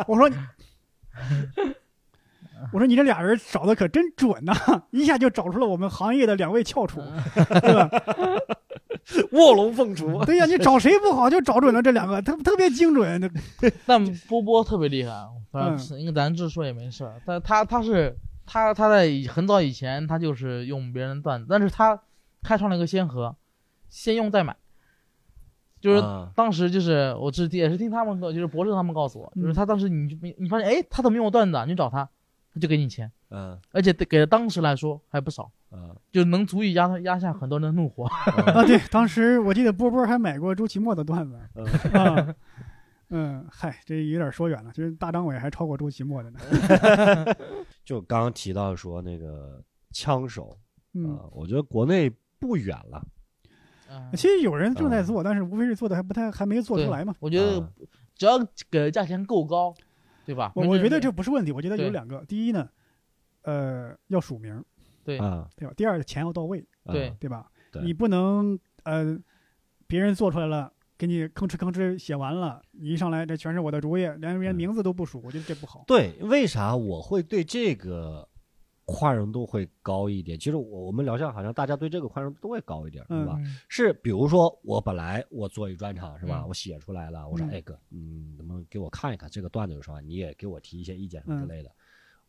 Speaker 2: 我说你，我说你这俩人找的可真准呐、 一下就找出了我们行业的两位翘楚，对吧？
Speaker 1: 卧龙凤雏，
Speaker 2: 对呀、你找谁不好就找准了这两个，特特别精准。
Speaker 3: 但波波特别厉害，啊
Speaker 2: 嗯
Speaker 3: 反正因为咱这说也没事儿，但他他是他他在很早以前他就是用别人的段子，但是他开创了一个先河，先用再买，就是
Speaker 1: 啊
Speaker 3: 当时就是我是也是听他们告，就是博士他们告诉我，就
Speaker 2: 嗯
Speaker 3: 是他当时你就你发现哎他怎么用我段子啊，你找他，他就给你钱，
Speaker 1: 嗯
Speaker 3: 而且给了当时来说还不少，
Speaker 1: 嗯
Speaker 3: 就能足以压他压下很多人的 怒火。
Speaker 2: 啊， 对，当时我记得波波还买过周奇墨的段子，
Speaker 1: 嗯
Speaker 2: 啊， 嗯，嗨，这有点说远了，就是大张伟还超过周奇墨的呢。
Speaker 1: 啊就刚刚提到说那个枪手
Speaker 2: 嗯，
Speaker 1: 啊，我觉得国内不远了，
Speaker 3: 嗯
Speaker 2: 其实有人正在做，但是无非是做的还不太，还没做出来嘛。
Speaker 3: 我觉得
Speaker 1: 啊
Speaker 3: 只要给的价钱够高，对吧？
Speaker 2: 我
Speaker 3: 没
Speaker 2: 我
Speaker 3: 人
Speaker 2: 觉得
Speaker 3: 买
Speaker 2: 这不是问题，我觉得有
Speaker 3: 对
Speaker 2: 两个，第一呢，呃，要署名，
Speaker 3: 对
Speaker 1: 啊，
Speaker 2: 对吧？第二，钱要到位，
Speaker 1: 啊
Speaker 3: 对
Speaker 2: 对吧？
Speaker 1: 对
Speaker 2: 你不能呃，别人做出来了。给你吭哧吭哧写完了，你一上来这全是我的主意，连
Speaker 1: 嗯
Speaker 2: 连名字都不署，我觉得这不好。
Speaker 1: 对，为啥我会对这个宽容度会高一点？其实我我们聊下，好像大家对这个宽容度都会高一点，是
Speaker 2: 嗯
Speaker 1: 吧？
Speaker 3: 嗯
Speaker 1: 是，比如说我本来我做一专场是吧？
Speaker 3: 嗯
Speaker 1: 我写出来了，我说
Speaker 2: 嗯
Speaker 1: 哎哥，嗯，能不能给我看一看这个段子有什么？你也给我提一些意见什么
Speaker 2: 嗯
Speaker 1: 之类的。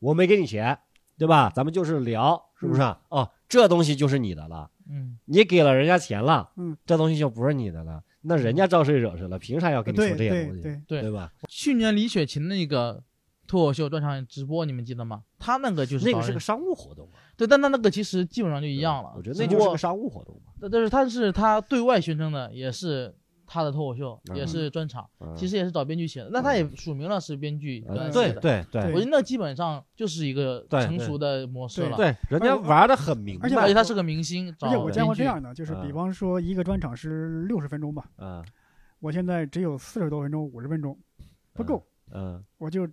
Speaker 1: 我没给你钱，对吧？咱们就是聊，是不是？
Speaker 2: 嗯
Speaker 1: 哦，这东西就是你的了，
Speaker 3: 嗯，
Speaker 1: 你给了人家钱了，
Speaker 2: 嗯，
Speaker 1: 这东西就不是你的了。那人家招谁惹谁了？凭啥要跟你说
Speaker 2: 对
Speaker 1: 这些东
Speaker 2: 对
Speaker 1: 西？
Speaker 2: 对，
Speaker 3: 对
Speaker 1: 吧？
Speaker 3: 去年李雪琴那个脱口秀专场直播，你们记得吗？她那个就是
Speaker 1: 那
Speaker 3: 导
Speaker 1: 个
Speaker 3: 演
Speaker 1: 是个商务活动嘛，啊
Speaker 3: 对，但她那个其实基本上就一样了。
Speaker 1: 我觉得
Speaker 3: 只
Speaker 1: 那
Speaker 3: 不
Speaker 1: 就是
Speaker 3: 过
Speaker 1: 个商务活动嘛。
Speaker 3: 但但是她是她对外宣称的，也是她的脱口秀，
Speaker 1: 嗯
Speaker 3: 也是专场，
Speaker 1: 嗯
Speaker 3: 其实也是找编剧写的。那她也署名了是编剧
Speaker 1: 呃
Speaker 3: 跟
Speaker 1: 对
Speaker 3: 写的。
Speaker 1: 对对
Speaker 2: 对
Speaker 3: 我觉得那基本上就是一个
Speaker 1: 对
Speaker 3: 成熟的模式了。
Speaker 1: 对，人家玩的很明白
Speaker 2: 而且
Speaker 3: 而且她是个明星，
Speaker 2: 而且
Speaker 3: 找
Speaker 2: 我见过这
Speaker 3: 编 剧
Speaker 2: 样的，就是比
Speaker 1: 嗯
Speaker 2: 方说一个专场是六十分钟吧，
Speaker 1: 嗯
Speaker 2: 我现在只有四十多分钟，五十分钟不够，
Speaker 1: 嗯
Speaker 2: 我就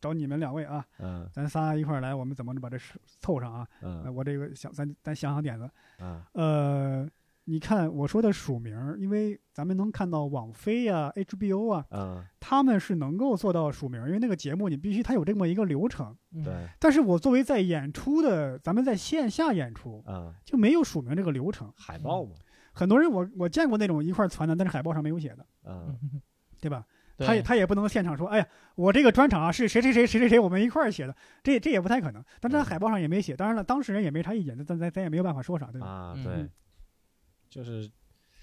Speaker 2: 找你们两位啊，
Speaker 1: 嗯
Speaker 2: 咱仨一块儿来，我们怎么能把这事凑上啊？呃
Speaker 1: 嗯
Speaker 2: 我这个想，咱咱想想点子。
Speaker 1: 嗯
Speaker 2: 呃，你看我说的署名儿，因为咱们能看到网飞呀、HBO 啊，
Speaker 1: 嗯，
Speaker 2: 他们是能够做到署名儿，因为那个节目你必须它有这么一个流程。
Speaker 3: 嗯
Speaker 1: 对，
Speaker 2: 但是我作为在演出的，咱们在线下演出
Speaker 1: 嗯。
Speaker 2: 就没有署名这个流程。
Speaker 1: 海报嘛，
Speaker 2: 很多人我我见过那种一块儿传的，但是海报上没有写的，
Speaker 1: 嗯，
Speaker 2: 对吧？
Speaker 3: 对
Speaker 2: 他也他也不能现场说，哎呀，我这个专场啊是谁谁谁谁谁谁我们一块儿写的，这这也不太可能。但是
Speaker 3: 嗯
Speaker 2: 他海报上也没写，当然了，当事人也没啥意见，咱咱咱也没有办法说啥，对吧？
Speaker 1: 啊，
Speaker 3: 嗯
Speaker 1: 对
Speaker 2: 嗯，
Speaker 1: 就是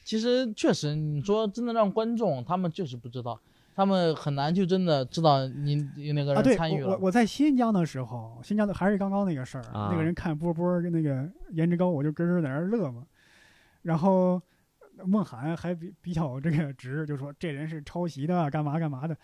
Speaker 3: 其实确实，你说真的让观众，他们确实不知道，他们很难就真的知道你你那个
Speaker 2: 啊，
Speaker 3: 人
Speaker 2: 对，
Speaker 3: 参与
Speaker 2: 我
Speaker 3: 了。
Speaker 2: 我我在新疆的时候，新疆的还是刚刚那个事儿，
Speaker 1: 啊
Speaker 2: 那个人看波波跟那个颜值高，我就咯咯在那儿乐嘛。然后梦涵还比比较这个直，就说这人是抄袭的，干嘛干嘛的。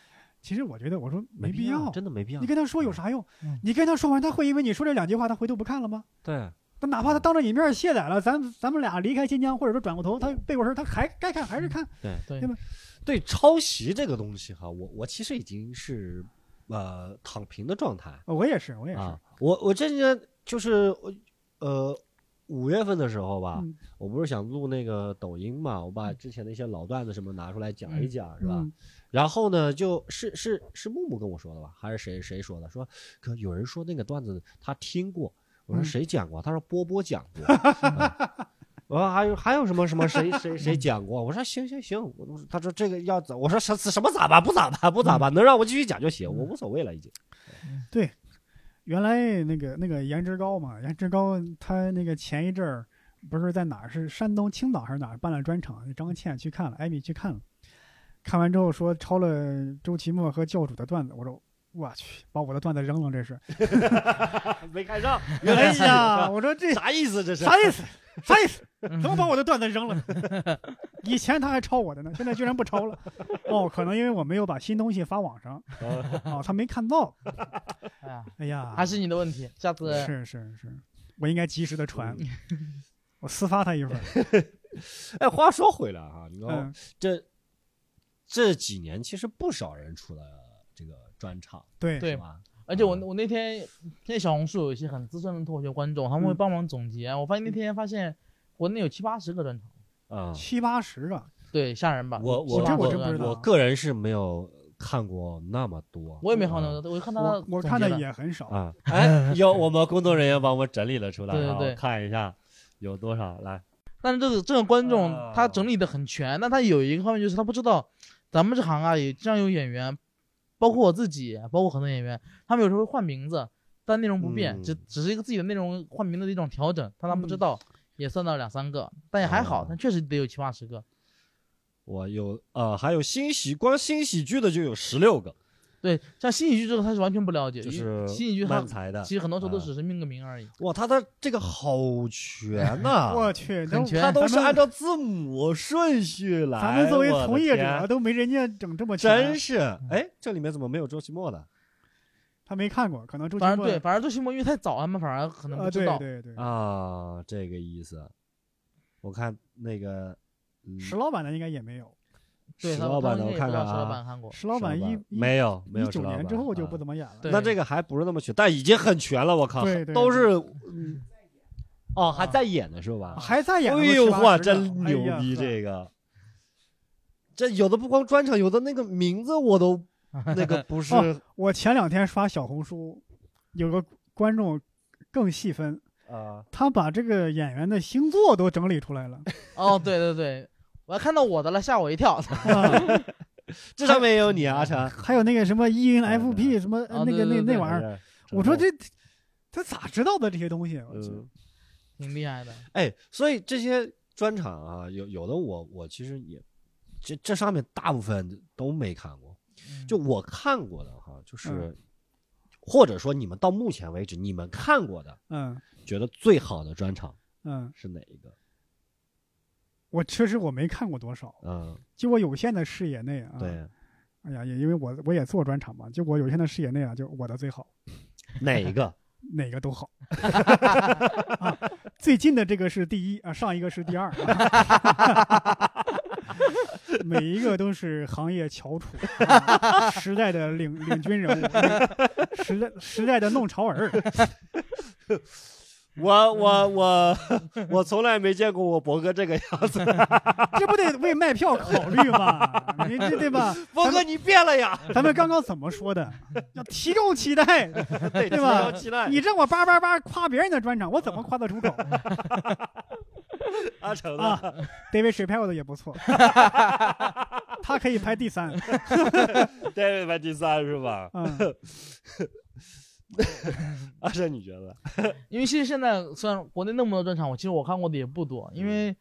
Speaker 2: 其实我觉得，我说没必
Speaker 1: 必
Speaker 2: 要，
Speaker 1: 真的没必要
Speaker 2: 你。跟他说有啥用？
Speaker 3: 嗯
Speaker 2: 你跟他说完，他会因为你说这两句话，他回头不看了吗？
Speaker 1: 对，
Speaker 2: 但哪怕他当着你面卸载了，咱咱们俩离开新疆，或者说转过头，他背过身，他还该看还是看。
Speaker 1: 对
Speaker 3: 对
Speaker 2: 对吧？
Speaker 1: 对抄袭这个东西哈，我我其实已经是呃躺平的状态
Speaker 2: 哦我也是，我也是。
Speaker 1: 啊。我我这几天就是我呃五月份的时候吧，
Speaker 2: 嗯
Speaker 1: 我不是想录那个抖音嘛，我把之前的一些老段子什么拿出来讲一讲，是吧？
Speaker 2: 嗯
Speaker 1: 然后呢，就是是是木木跟我说的吧，还是谁谁说的？说可有人说那个段子他听过，我说
Speaker 2: 嗯
Speaker 1: 谁讲过？他说波波讲过。 啊我说还有还有什么什么谁谁谁讲过？我说行行行，我他说这个要怎？我说什什么咋办？不咋办？不咋
Speaker 2: 嗯
Speaker 1: 办？能让我继续讲就行，我无所谓了已经。
Speaker 2: 原来那个那个颜值高嘛，颜值高，他那个前一阵儿不是在哪儿是山东青岛还是哪儿办了专场，张倩去看了，艾米去看了，看完之后说抄了周奇墨和教主的段子，我说我去，把我的段子扔了，这是，
Speaker 1: 没看上，
Speaker 2: 哎呀，我说这
Speaker 1: 啥意思？这是
Speaker 2: 啥意思？啥意思？
Speaker 3: 嗯
Speaker 2: 怎么把我的段子 扔了？以前他还抄我的呢，现在居然不抄了。哦，可能因为我没有把新东西发网上， 哦，他没看到。
Speaker 3: 哎呀，
Speaker 2: 哎呀，
Speaker 3: 还是你嗯的问题，下次
Speaker 2: 是是是，我应该及时的传，我私发他一份儿。
Speaker 1: 哎，话说回来哈，你看
Speaker 2: 嗯，
Speaker 1: 这这几年其实不少人出了这个专场，
Speaker 2: 对
Speaker 3: 对
Speaker 1: 是吧？
Speaker 3: 而且我
Speaker 1: 嗯
Speaker 3: 我那天那小红书有一些很资深的脱口秀观众，他们会
Speaker 2: 嗯
Speaker 3: 帮忙总结。我发现那天发现国内有七八十个专场，
Speaker 1: 啊、
Speaker 2: 七八十个，
Speaker 3: 对，吓人吧？
Speaker 1: 我
Speaker 3: 七
Speaker 1: 我
Speaker 3: 八
Speaker 2: 这
Speaker 3: 十
Speaker 2: 我
Speaker 3: 个
Speaker 2: 真不知
Speaker 3: 专场
Speaker 2: 道
Speaker 1: 我个人是没有看过那么多，
Speaker 3: 我也没看到，我看他
Speaker 2: 我我看
Speaker 3: 的
Speaker 2: 的也很少。
Speaker 1: 啊。哎，有我们工作人员帮我整理了出来，啊
Speaker 3: 对对
Speaker 1: 让我
Speaker 3: 对
Speaker 1: 看一下有多少来。
Speaker 3: 但是这个这个观众
Speaker 1: 啊
Speaker 3: 他整理的很全，但他有一个方面就是他不知道咱们这行啊，也经常有演员，包括我自己，包括很多演员，他们有时候会换名字，但内容不变，
Speaker 1: 嗯
Speaker 3: 只只是一个自己的内容换名字的一种调整，但他不知
Speaker 2: 嗯
Speaker 3: 道，也算到两三个，但也还好
Speaker 1: 哦，
Speaker 3: 但确实得有七八十个。
Speaker 1: 我有呃，还有新喜光新喜剧的就有十六个，
Speaker 3: 对，像新喜剧这个他是完全不了解，
Speaker 1: 就
Speaker 3: 因
Speaker 1: 是
Speaker 3: 为新喜剧他
Speaker 1: 漫才的
Speaker 3: 其。实很多时候都
Speaker 1: 啊
Speaker 3: 只是命个名而已。
Speaker 1: 哇，他的这个好全 呐、
Speaker 2: 我去，
Speaker 3: 很
Speaker 2: 都
Speaker 3: 全
Speaker 1: 他都是
Speaker 2: 咱们
Speaker 1: 按照字母顺序来。
Speaker 2: 咱们作为
Speaker 1: 我的
Speaker 2: 从业
Speaker 1: 天
Speaker 2: 者都没人家整这么
Speaker 1: 真
Speaker 2: 全，
Speaker 1: 是，哎，这里面怎么没有周奇墨的
Speaker 2: 他没看过，可能周奇
Speaker 3: 反正
Speaker 2: 墨
Speaker 3: 对，反正周奇墨因为太早，他们反而可能
Speaker 2: 啊，
Speaker 3: 不知
Speaker 2: 对
Speaker 3: 道。
Speaker 2: 对对，
Speaker 1: 啊？这个意思，我看那个嗯
Speaker 2: 石老板的应该也没有，
Speaker 3: 对，
Speaker 1: 石
Speaker 3: 他们
Speaker 1: 老板
Speaker 3: 他
Speaker 1: 的，
Speaker 3: 们
Speaker 1: 我
Speaker 3: 也
Speaker 1: 看
Speaker 3: 知道
Speaker 1: 看
Speaker 3: 石老
Speaker 1: 啊，
Speaker 3: 板看过。
Speaker 2: 石老板一一
Speaker 1: 没有没有
Speaker 2: 一九年之后就不怎么演了。
Speaker 3: 对
Speaker 1: 啊那这个还不是那么全，但已经很全了。我靠
Speaker 2: 对，对
Speaker 1: 都
Speaker 2: 对
Speaker 1: 是嗯哦，还在演呢是吧？
Speaker 2: 还在演，
Speaker 1: 哎呦哇，真
Speaker 2: 哎
Speaker 1: 牛逼！
Speaker 2: 啊
Speaker 1: 这个，这有的不光专场，有的那个名字我 都那个不是
Speaker 2: 哦我前两天刷小红书，有个观众更细分，
Speaker 1: 啊。
Speaker 2: 他把这个演员的星座都整理出 来了。
Speaker 3: 哦，对对对，我还看到我的了，吓我一跳。
Speaker 2: 啊、
Speaker 1: 这上面也有你啊，阿晨，
Speaker 2: 还有那个什么 E ENFP
Speaker 1: 哎对哎
Speaker 2: 什么、呃
Speaker 3: 啊
Speaker 2: 那个
Speaker 3: 对对
Speaker 2: 那
Speaker 3: 对
Speaker 2: 那玩意儿，
Speaker 1: 儿
Speaker 2: 我说这他咋知道的这些东西？啊我去
Speaker 1: 嗯
Speaker 3: 挺厉害的。
Speaker 1: 哎，所以这些专场啊，有有的我我其实也，这这上面大部分都没看过。
Speaker 3: 嗯
Speaker 1: 就我看过的哈，就是、
Speaker 2: 嗯
Speaker 1: 或者说你们到目前为止你们看过的，
Speaker 2: 嗯
Speaker 1: 觉得最好的专场
Speaker 2: 嗯，
Speaker 1: 是哪一个？
Speaker 2: 我确实我没看过多少，
Speaker 1: 嗯，
Speaker 2: 就我有限的视野内啊。，
Speaker 1: 对，
Speaker 2: 哎呀，也因为我我也做专场嘛，就我有限的视野内啊，就我的最好，
Speaker 1: 哪一个？
Speaker 2: 哪个都好。啊、最近的这个是第一啊，上一个是第二， 每一个都是行业翘楚，啊时代的领领军人物，时代时代的弄潮儿。
Speaker 1: 我我 我我从来没见过我博哥这个样子，
Speaker 2: 这不得为卖票考虑吗？你这对吧？
Speaker 1: 博哥你变了 呀，
Speaker 2: 咱们刚刚怎么说的？要提高期待，
Speaker 1: 对
Speaker 2: 对吧
Speaker 1: 期待
Speaker 2: 你让我叭叭叭夸别人的专场，我怎么夸得出口
Speaker 1: 阿成
Speaker 2: 啊？？David s h a p e l l 的也不错，他可以排第三。
Speaker 1: ，David 排第三是吧？
Speaker 2: 嗯，
Speaker 1: 阿成你觉得？
Speaker 3: 因为其实现在虽然国内那么多专场，我其实我看过的也不多，因为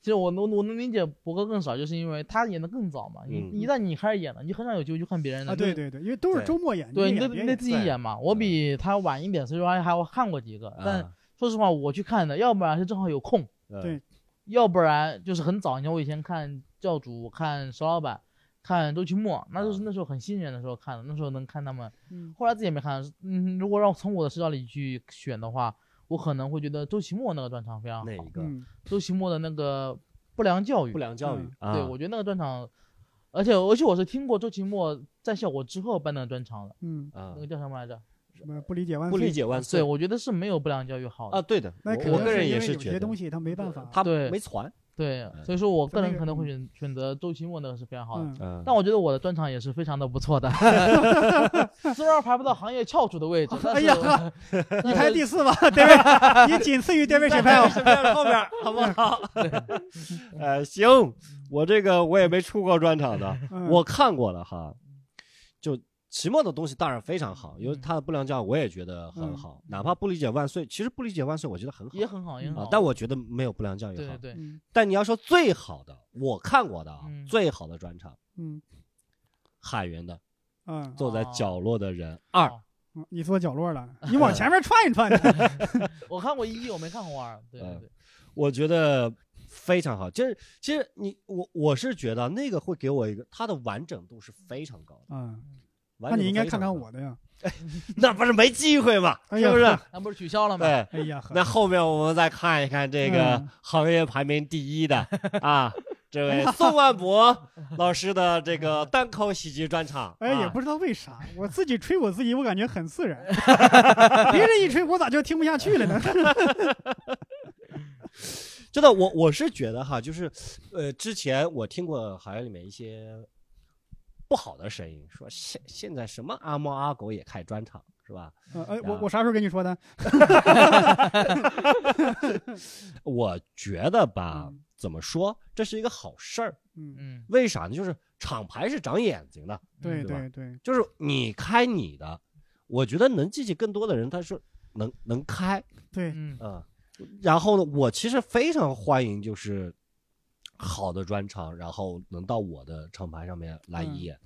Speaker 3: 其实我能我能理解博哥更少，就是因为他演的更早嘛。你、
Speaker 1: 嗯
Speaker 3: 一旦你开始演了，你就很少有机会去看别人的。
Speaker 2: 啊，对，对对，因为都是周末演，
Speaker 3: 对，你
Speaker 2: 就
Speaker 3: 得
Speaker 2: 演别
Speaker 3: 你得
Speaker 2: 演
Speaker 3: 自己
Speaker 1: 对
Speaker 3: 演嘛。我比他晚一点，所以说还还我看过几个，但
Speaker 1: 啊
Speaker 3: 说实话我去看的，要不然是正好有空，
Speaker 1: 嗯
Speaker 2: 对
Speaker 3: 要不然就是很早。你看我以前看教主、看石老板、看周奇墨，那就是那时候很新人的时候看的，那时候能看他们。
Speaker 2: 嗯
Speaker 3: 后来自己也没看。嗯，如果让我从我的视角里去选的话，我可能会觉得周奇墨那个专场非常
Speaker 1: 哪
Speaker 3: 好
Speaker 1: 一，个？
Speaker 2: 嗯，
Speaker 3: 周奇墨的那个不良教育，
Speaker 1: 不良教育
Speaker 2: 嗯
Speaker 1: 啊，
Speaker 3: 对我觉得那个专场，而且而且我是听过周奇墨在效果之后办的专场的，
Speaker 2: 嗯，
Speaker 1: 啊
Speaker 3: 那个叫什么来着？
Speaker 2: 什么不理解万
Speaker 1: 不
Speaker 2: 岁
Speaker 1: 理解万岁
Speaker 3: 对，我觉得是没有不良教育好的
Speaker 1: 啊，。对的，
Speaker 2: 那可
Speaker 1: 我我
Speaker 2: 能
Speaker 1: 个人
Speaker 2: 因
Speaker 1: 也
Speaker 2: 为
Speaker 1: 是
Speaker 2: 有
Speaker 1: 觉
Speaker 2: 些
Speaker 1: 得
Speaker 2: 东西他没办法，
Speaker 1: 他
Speaker 3: 对
Speaker 1: 没传，
Speaker 3: 对
Speaker 1: 嗯，
Speaker 3: 所以说我个
Speaker 2: 那
Speaker 3: 人
Speaker 2: 个
Speaker 3: 可能会选选择周奇墨那个是非常好的。
Speaker 2: 嗯，
Speaker 1: 嗯，
Speaker 3: 但我觉得我的专场也是非常的不 错的，虽然排不到行业翘楚的 位置，但
Speaker 2: 哎
Speaker 3: 是
Speaker 2: 呀
Speaker 3: 我
Speaker 2: 你排第四吧，David，你仅次于 David 谁排啊？
Speaker 1: 后面 好不好？
Speaker 2: 嗯
Speaker 1: 呃，行，我这个我也没出过专场的，
Speaker 2: 嗯
Speaker 1: 我看过了哈，就齐墨的东西当然非常好，因
Speaker 2: 嗯
Speaker 1: 为他的不良教我也觉得很好，哪怕不理解万岁，其实不理解万岁我觉得很好
Speaker 3: 也很好，也很
Speaker 1: 啊
Speaker 3: 好。，
Speaker 1: 但我觉得没有不良教育
Speaker 3: 对
Speaker 1: 好
Speaker 3: 对。对，
Speaker 2: 嗯
Speaker 1: 但你要说最好的，我看过的啊，
Speaker 3: 嗯
Speaker 1: 最好的专场，
Speaker 2: 嗯
Speaker 1: 海源的
Speaker 2: 嗯
Speaker 1: 《坐在
Speaker 3: 哦
Speaker 1: 角落的人二》
Speaker 3: 哦
Speaker 2: 嗯，你坐角落了，你往前面窜一窜， 你
Speaker 3: 我看过一，我没看过二。对对
Speaker 1: 嗯
Speaker 3: 对，
Speaker 1: 我觉得非常好。就是其实你我我是觉得那个会给我一个它的完整度是非常高的。
Speaker 2: 嗯，
Speaker 1: 完整
Speaker 2: 那你
Speaker 1: 度
Speaker 2: 应该
Speaker 1: 非
Speaker 2: 看
Speaker 1: 常
Speaker 2: 看
Speaker 1: 高
Speaker 2: 我，的呀。
Speaker 1: 那不是没机会嘛，
Speaker 2: 哎
Speaker 1: 是
Speaker 2: 呀
Speaker 1: 不是？
Speaker 3: 那不是取消了吗？
Speaker 1: 对，
Speaker 2: 哎呀，呵
Speaker 1: 那后面我们再看一看这个
Speaker 2: 嗯哎
Speaker 1: 行业排名第 一的啊，这位宋万博老师的这个单口喜剧专场。
Speaker 2: 哎，也
Speaker 1: 啊
Speaker 2: 不知道为啥，我自己吹我自己，我感觉很自 然，别人一吹，我咋就听不下去了呢？
Speaker 1: 真的，我我是觉得哈，就是，呃，之前我听过好像里面一些不好的声音，说现现在什么阿猫阿狗也开专场是吧？
Speaker 2: 呃，哎，
Speaker 1: 啊
Speaker 2: 我我啥时候跟你说的？
Speaker 1: 我觉得吧
Speaker 2: 嗯，
Speaker 1: 怎么说，这是一个好事儿。
Speaker 2: 嗯，
Speaker 3: 嗯，
Speaker 1: 为啥呢？就是厂牌是长眼睛的，
Speaker 2: 对
Speaker 1: 对吧
Speaker 2: 对对，
Speaker 1: 就是你开你的，我觉得能激起更多的人，他是能能开，
Speaker 2: 对，
Speaker 3: 嗯，
Speaker 1: 嗯。然后呢，我其实非常欢迎就是好的专场，然后能到我的厂牌上面来
Speaker 2: 嗯
Speaker 1: 演。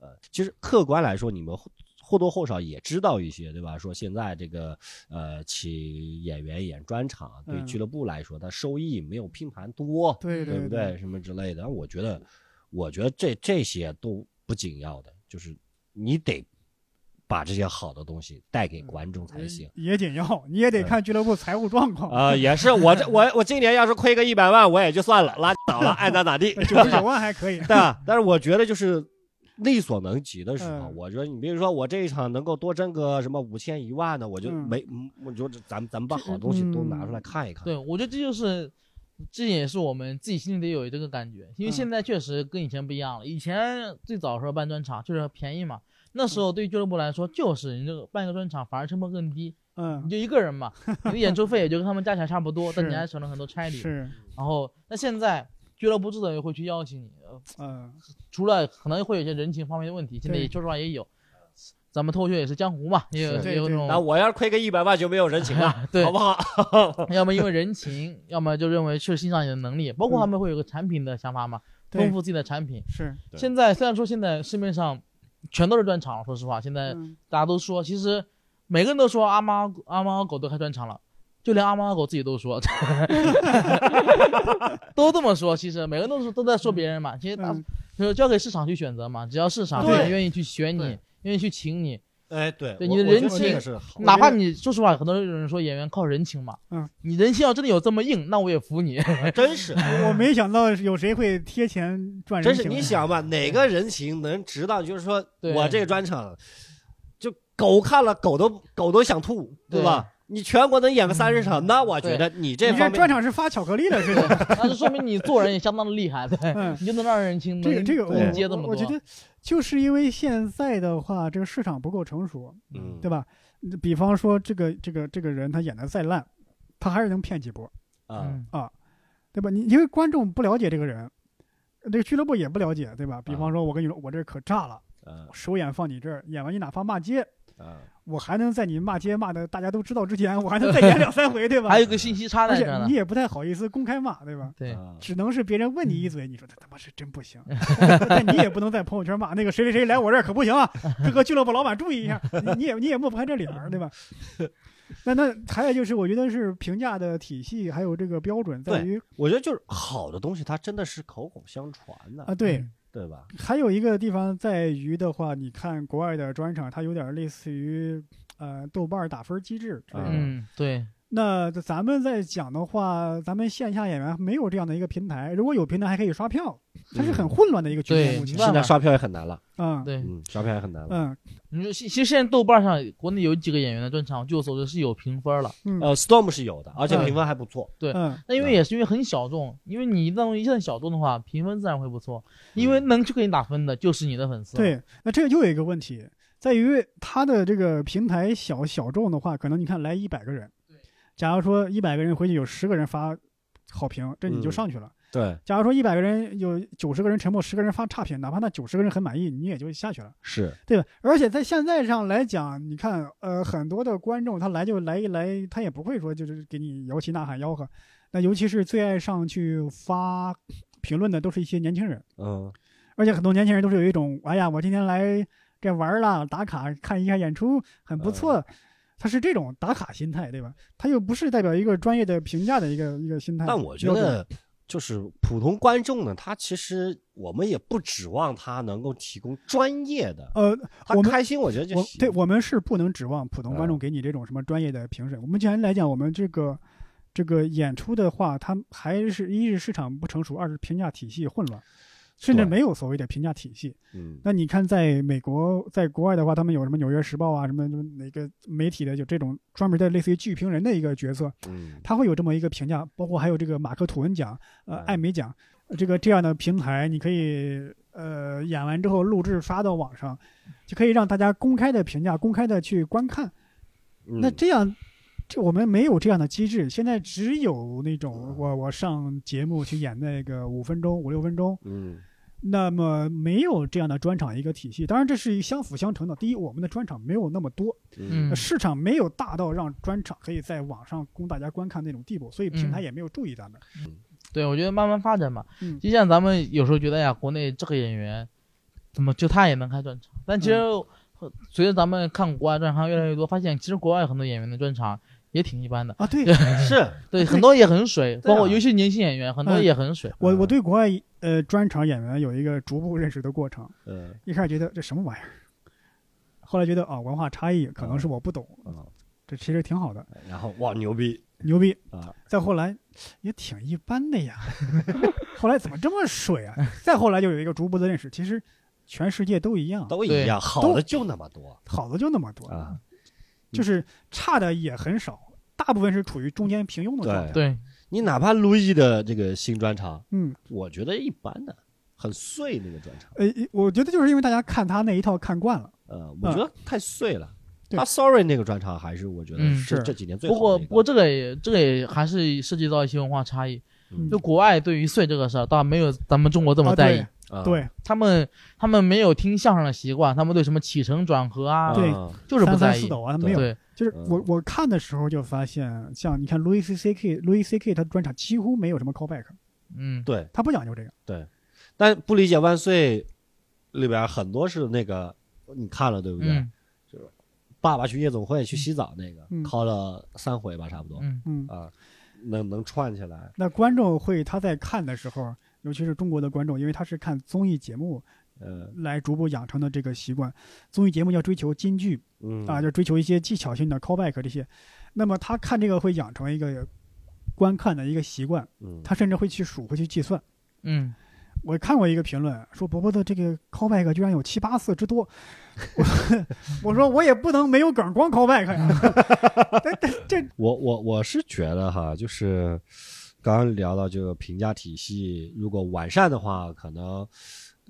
Speaker 1: 呃，其实客观来说，你们或或多或少也知道一些，对吧？说现在这个呃，请演员演专场，对
Speaker 2: 嗯
Speaker 1: 俱乐部来说，它收益没有拼盘多，
Speaker 2: 对
Speaker 1: 对
Speaker 2: 对
Speaker 1: 不对？什么之类的。我觉得，我觉得这这些都不紧要的，就是你得把这些好的东西带
Speaker 2: 嗯
Speaker 1: 给观众才行。嗯
Speaker 2: 也紧要，你也得看俱乐部财务状 况，
Speaker 1: 啊、也是我这我我今年要是亏个一百万，我也就算了，拉倒了，爱咋咋 地，
Speaker 2: 九十九万还可以。
Speaker 1: 对吧？但是我觉得就是力所能及的时候，
Speaker 2: 嗯
Speaker 1: 我觉得你比如说我这一场能够多挣个什么五千一万的，我就
Speaker 2: 嗯
Speaker 1: 没，嗯我就咱们咱们把好东西都拿出来看一看。
Speaker 3: 嗯对，我觉得这就是，这也是我们自己心里得有这个感觉，因为
Speaker 2: 嗯
Speaker 3: 现在确实跟以前不一样了。以前最早的时候办专场确实便宜嘛，那
Speaker 2: 嗯
Speaker 3: 时候对于俱乐部来说，就是你这个办一个专场反而成本更低，你
Speaker 2: 嗯，
Speaker 3: 就一个人嘛，你的演出费也就跟他们加起来差不多，但你
Speaker 2: 是
Speaker 3: 还省了很多差旅。
Speaker 2: 是，
Speaker 3: 然后，那现在俱乐部自然也会去邀请你，呃
Speaker 2: 嗯，
Speaker 3: 除了可能会有一些人情方面的问题，现在也
Speaker 2: 对
Speaker 3: 说实话也有。咱们脱口秀也是江湖嘛，也有
Speaker 1: 是
Speaker 3: 也有
Speaker 2: 对对
Speaker 3: 那种
Speaker 1: 那我要是亏个一百万就没有人情了，
Speaker 3: 对
Speaker 1: 好不好？
Speaker 3: 要么因为人情，要么就认为是欣赏你的 能力，包括他们会有个产品的想法嘛，
Speaker 2: 嗯对
Speaker 3: 丰富自己的产品。
Speaker 2: 是，
Speaker 1: 对
Speaker 3: 现在虽然说现在市面上全都是专场，说实话，现
Speaker 1: 呃
Speaker 3: 在
Speaker 2: 嗯
Speaker 3: 大家都说，其实每个人都说阿猫阿猫阿狗都开专场了。就连阿猫阿狗自己 都说， 都这么说。其实每个人都说都在说别人嘛，其实大
Speaker 2: 嗯
Speaker 3: 就是交给市场去选择嘛。只要市场
Speaker 1: 对
Speaker 3: 愿愿意去选你
Speaker 1: 对，
Speaker 3: 愿意去请你，
Speaker 1: 哎，对，
Speaker 3: 对
Speaker 1: 我
Speaker 3: 你
Speaker 1: 我
Speaker 3: 的
Speaker 1: 觉
Speaker 3: 人
Speaker 1: 得这
Speaker 3: 情
Speaker 1: 个是好
Speaker 2: 我
Speaker 3: 哪
Speaker 2: 觉
Speaker 3: 怕
Speaker 2: 得
Speaker 3: 你说实话，很多人说演员靠人情嘛，
Speaker 2: 嗯，
Speaker 3: 你人情要真的有这么硬，那我也服你。
Speaker 1: 的，真是。
Speaker 2: 我没想到有谁会贴钱赚人
Speaker 1: 真
Speaker 2: 情啊
Speaker 1: 是
Speaker 2: 的。
Speaker 1: 你想 吧，哪个人情能值到？就是说
Speaker 3: 对
Speaker 1: 我这个专场，就狗看了狗都狗都想吐，对吧？你全国能演个三十场，那我觉得你这
Speaker 2: 嗯你这
Speaker 1: 方面，
Speaker 2: 专场是发巧克力的，这个。
Speaker 3: 那就说明你做人也相当的厉害，对，
Speaker 2: 嗯
Speaker 3: 你就能让人听
Speaker 2: 这个这个
Speaker 1: 对
Speaker 2: 我
Speaker 3: 接这么
Speaker 2: 我
Speaker 3: 多，
Speaker 2: 我觉得就是因为现在的话，这个市场不够成熟，
Speaker 1: 嗯
Speaker 2: 对吧？比方说这个这个这个人他演的再烂，他还是能骗几波，
Speaker 1: 啊，
Speaker 3: 嗯
Speaker 2: 对吧？你因为观众不了解这个人，这个俱乐部也不了解，对吧？比
Speaker 1: 啊
Speaker 2: 方说我跟你说，我这可炸了，
Speaker 1: 嗯
Speaker 2: 首演放你这儿，演完你哪怕骂街，
Speaker 1: 嗯，
Speaker 2: 我还能在你骂街骂的大家都知道之前，我还能再演两三回，对吧？
Speaker 3: 还有一个信息
Speaker 2: 嗯
Speaker 3: 差
Speaker 2: 而
Speaker 3: 在
Speaker 2: 且
Speaker 3: 这儿呢
Speaker 2: 你。也不太好意思公开骂，对吧？
Speaker 3: 对，
Speaker 1: 啊
Speaker 2: 只能是别人问你一
Speaker 3: 嗯
Speaker 2: 嘴，你说他他妈是真不行， 但你也不能在朋友圈骂那个谁谁谁来我这儿可不行啊，各个俱乐部老板注意一下，你你也你也抹不开这脸儿，对吧？ 那那还有就是，我觉得是评价的体系还有这个标准在于
Speaker 1: 我觉得就是好的东西，它真的是口口相传的
Speaker 2: 啊，，对，
Speaker 1: 对吧？
Speaker 2: 还有一个地方在于的话，你看国外的专场，它有点类似于呃豆瓣儿打分机制之类的，
Speaker 1: 嗯
Speaker 3: 嗯，对，
Speaker 2: 那咱们在讲的话，咱们线下演员没有这样的一个平台，如果有平台还可以刷票，它是很混乱的一个局面。
Speaker 3: 对
Speaker 2: 目前
Speaker 3: 你
Speaker 1: 现在刷票也很难了，
Speaker 2: 嗯
Speaker 3: 对，
Speaker 1: 嗯，刷票也很难了。
Speaker 2: 嗯
Speaker 3: 你说其其实现在豆瓣上国内有几个演员的专场，据我所知是有评分了。
Speaker 2: 嗯
Speaker 1: 呃，Storm 是有的，而且
Speaker 2: 嗯
Speaker 1: 评分还不错。
Speaker 3: 对
Speaker 2: 嗯
Speaker 3: 那因为
Speaker 1: 对
Speaker 3: 也是因为很小众，因为你一旦一旦小众的话，评分自然会不错，因为能去给你打分的就是你的粉丝。，
Speaker 2: 对。那这个又有一个问题，在于它的这个平台小小众的话，可能你看来一百个人，假如说一百个人回去有十个人发好评，这你就
Speaker 1: 嗯
Speaker 2: 上去了。
Speaker 1: 对，
Speaker 2: 假如说一百个人有九十个人沉默，十个人发差评，哪怕那九十个人很满意，你也就下去了。
Speaker 1: 是，
Speaker 2: 对吧？而且在现在上来讲，你看，呃，很多的观众他来就来一来，他也不会说就是给你摇旗呐喊吆喝。那尤其是最爱上去发评论的都是一些年轻人，
Speaker 1: 嗯，
Speaker 2: 而且很多年轻人都是有一种，哎呀，我今天来这玩儿了，打卡看一下演出，很
Speaker 1: 呃
Speaker 2: 不错。他是这种打卡心态，对吧？他又不是代表一个专业的评价的一个一个心态。
Speaker 1: 但我觉
Speaker 2: 标准，
Speaker 1: 得。就是普通观众呢，他其实我们也不指望他能够提供专业的，
Speaker 2: 呃，
Speaker 1: 他
Speaker 2: 我们
Speaker 1: 开心我觉得就
Speaker 2: 我
Speaker 1: 行。
Speaker 2: 对我们是不能指望普通观众
Speaker 1: 嗯
Speaker 2: 给你这种什么专业的评审。我们既然来讲，我们这个这个演出的话，它还是一是市场不成熟，二是评价体系混乱，甚至
Speaker 1: 对
Speaker 2: 没有所谓的评价体系。
Speaker 1: 嗯，
Speaker 2: 那你看，在美国，在国外的话，他们有什么《纽约时报》啊，什么什么哪个媒体的有这种专门的类似于剧评人的一个角色，
Speaker 1: 嗯，
Speaker 2: 他会有这么一个评价，包括还有这个马克吐温奖、呃
Speaker 1: 嗯
Speaker 2: 艾美奖，这个这样的平台，你可以呃演完之后录制发到网上，就可以让大家公开的评价、公开的去观看。
Speaker 1: 嗯
Speaker 2: 那这样，这我们没有这样的机制，现在只有那
Speaker 1: 嗯
Speaker 2: 种我我上节目去演那个五分钟、五六分钟，
Speaker 1: 嗯
Speaker 2: 那么没有这样的专场一个体系。当然，这是一相辅相成的。第一，我们的专场没有那么多，
Speaker 1: 嗯
Speaker 3: 嗯
Speaker 2: 市场没有大到让专场可以在网上供大家观看那种地步，所以平台
Speaker 3: 嗯
Speaker 2: 也没有注意咱们。
Speaker 3: 对我觉得慢慢发展嘛，
Speaker 2: 嗯
Speaker 3: 就像咱们有时候觉得哎呀，国内这个演员怎么就他也能开专场，但其实、
Speaker 2: 嗯
Speaker 3: 呃随着咱们看国外专场越来越多，发现其实国外很多演员的专场也挺一般的，
Speaker 2: 啊， 对
Speaker 3: 对
Speaker 1: 是，
Speaker 3: 对，很多也很水，
Speaker 1: 对啊
Speaker 3: 包括尤其年轻演员，很多
Speaker 2: 嗯
Speaker 3: 也很水。
Speaker 2: 我我
Speaker 1: 嗯
Speaker 2: 对国外呃专场演员有一个逐步认识的过程，
Speaker 1: 呃，
Speaker 2: 一开始觉得这什么玩意儿，后来觉得啊、文化差异可能是我不懂，
Speaker 1: 啊
Speaker 2: 这其实挺好的，
Speaker 1: 然后哇牛逼
Speaker 2: 牛逼。
Speaker 1: 啊，
Speaker 2: 再后来也挺一般的 呀，后来怎么这么水啊？再后来就有一个逐步的认识，其实全世界都一样，
Speaker 1: 都一
Speaker 3: 对
Speaker 1: 样，好的就那么多
Speaker 2: 好的就那么多，
Speaker 1: 啊，
Speaker 2: 就是差的也很少，大部分是处于中间平庸的状态。
Speaker 1: 啊
Speaker 3: 对，
Speaker 1: 你哪怕路易的这个新专场，
Speaker 2: 嗯，
Speaker 1: 我觉得一般的，很碎那个专场，
Speaker 2: 呃，我觉得就是因为大家看他那一套看惯了，
Speaker 1: 呃，我觉得太碎了。
Speaker 2: 嗯对
Speaker 1: 他 Sorry 那个专场还是我觉得
Speaker 3: 嗯
Speaker 1: 是
Speaker 2: 是
Speaker 1: 这几年最好的
Speaker 3: 不过
Speaker 1: 一个
Speaker 3: 不过这个也这个也还是涉及到一些文化差异。
Speaker 1: 嗯
Speaker 3: 就国外对于税这个事儿，倒没有咱们中国这么在意。
Speaker 2: 啊
Speaker 1: 啊
Speaker 2: 对
Speaker 3: 他们他们没有听相声的习惯，他们对什么起承转合啊，
Speaker 2: 对
Speaker 1: 啊
Speaker 3: 就是不
Speaker 2: 三三
Speaker 3: 在
Speaker 2: 四
Speaker 3: 意。
Speaker 2: 抖啊，他
Speaker 1: 对
Speaker 2: 没有。
Speaker 3: 对，
Speaker 2: 就是
Speaker 1: 嗯
Speaker 2: 我我看的时候就发现，像你看 Louis C K Louis C K 他专场几乎没有什么 callback，
Speaker 3: 嗯，
Speaker 1: 对，
Speaker 2: 他不讲究这个。
Speaker 1: 但不理解万岁里边很多是那个你看了对不对？
Speaker 3: 嗯
Speaker 1: 爸爸去夜总会去洗澡那个
Speaker 2: 嗯
Speaker 1: 拷了三回吧，差不多
Speaker 3: 嗯，
Speaker 2: 嗯，
Speaker 1: 啊，能能串起来，
Speaker 2: 那观众会他在看的时候，尤其是中国的观众，因为他是看综艺节目
Speaker 1: 呃
Speaker 2: 来逐步养成的这个习惯，综艺节目要追求金句
Speaker 1: 嗯
Speaker 2: 啊，要追求一些技巧性的 callback 这些，那么他看这个会养成一个观看的一个习惯，
Speaker 1: 嗯
Speaker 2: 他甚至会去数，会去计算。
Speaker 3: 嗯，
Speaker 2: 我看过一个评论说伯伯的这个 callback 居然有七八次之多，我我说我也不能没有梗光 callback 呀，
Speaker 1: 我我我是觉得哈，就是刚刚聊到这个评价体系，如果完善的话，可能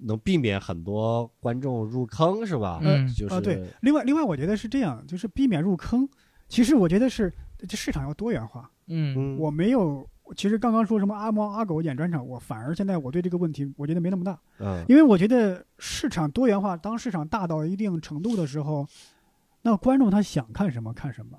Speaker 1: 能避免很多观众入坑，是吧？
Speaker 3: 嗯
Speaker 1: 就是、
Speaker 2: 啊对，另外另外我觉得是这样，就是避免入坑，其实我觉得是这市场要多元化，
Speaker 3: 嗯，
Speaker 1: 嗯，
Speaker 2: 我没有。其实刚刚说什么阿猫阿狗演专场，我反而现在我对这个问题我觉得没那么大，
Speaker 1: 嗯
Speaker 2: 因为我觉得市场多元化，当市场大到一定程度的时候，那观众他想看什么看什么。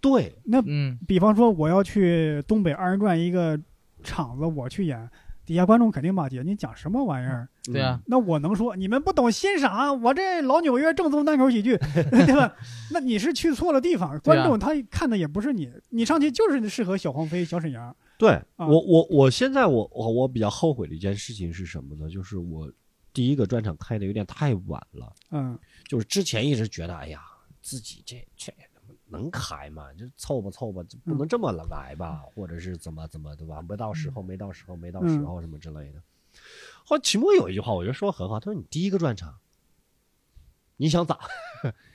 Speaker 1: 对，
Speaker 3: 嗯，
Speaker 2: 比方说我要去东北二人转一个场子，我去演，底下观众肯定骂街，你讲什么玩意儿？
Speaker 1: 嗯
Speaker 3: 对啊，
Speaker 2: 那我能说你们不懂欣赏啊我这老纽约正宗单口喜 剧，对吧？那你是去错了地方，
Speaker 3: 对
Speaker 2: 观
Speaker 3: 啊
Speaker 2: 众他看的也不是你，你上去就是适合小黄飞、小沈阳。
Speaker 1: 对、
Speaker 2: 啊
Speaker 1: 我我我现在我我我比较后悔的一件事情是什么呢？就是我第一个专场开的有点太晚了，
Speaker 2: 嗯
Speaker 1: 就是之前一直觉得，哎呀，自己这这能开吗？就凑吧凑吧，就不能这么来吧，或者是怎么怎么对吧？没到时候，没到时候，没到时候什么之类的。后来秦墨有一句话，我觉得说得很好，他说你第一个专场，你想咋？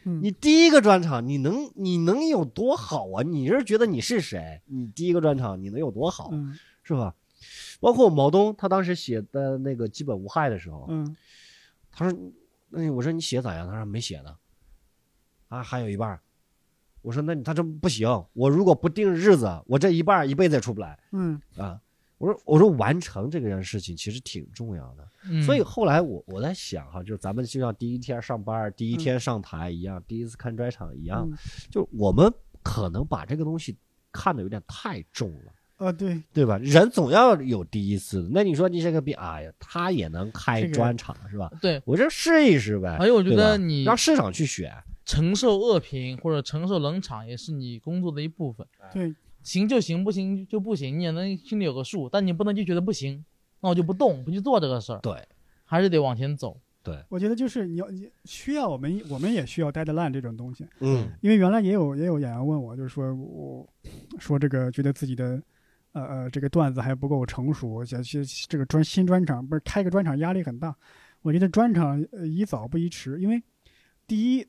Speaker 2: 嗯
Speaker 1: 你第一个专场，你能你能有多好啊？你是觉得你是谁？你第一个专场你能有多好，啊
Speaker 2: 嗯
Speaker 1: 是吧？包括毛东他当时写的那个《基本无害》的时候，
Speaker 2: 嗯
Speaker 1: 他说：“那我说你写咋样？”他说：“没写呢，啊，还有一半儿。”我说：“那你他这不行，我如果不定日子，我这一半儿一辈子也出不来
Speaker 2: 嗯
Speaker 1: 啊。”我说：“我说完成这个件事情其实挺重要的。”
Speaker 3: 嗯
Speaker 1: 所以后来我我在想哈，就是咱们就像第一天上班、第一天上台一样，第一次看专场一
Speaker 3: 啊
Speaker 1: 样，
Speaker 2: 嗯
Speaker 1: 就我们可能把这个东西看得有点太重了。
Speaker 2: 啊，对，
Speaker 1: 对吧？人总要有第一次的。那你说你这个逼，哎呀，他也能开
Speaker 2: 这个
Speaker 1: 专场、是吧？
Speaker 3: 对，
Speaker 1: 我这试一试呗。
Speaker 3: 还有我觉
Speaker 1: 对吧
Speaker 3: 得你
Speaker 1: 让市场去选，
Speaker 3: 承受恶评或者承受冷场也是你工作的一部分，
Speaker 2: 对，
Speaker 3: 行就行，不行就不行，你也能心里有个数，但你不能就觉得不行，那我就不动，不去做这个事儿，
Speaker 1: 对
Speaker 3: 还是得往前走。
Speaker 1: 对，
Speaker 2: 我觉得就是你要你需要我们，我们也需要 deadline 这种东西，
Speaker 1: 嗯
Speaker 2: 因为原来也有也有演员问我，就是说我说这个觉得自己的呃呃这个段子还不够成熟，想去这个专新专场不是开个专场压力很大。我觉得专场呃宜早不宜迟，因为第一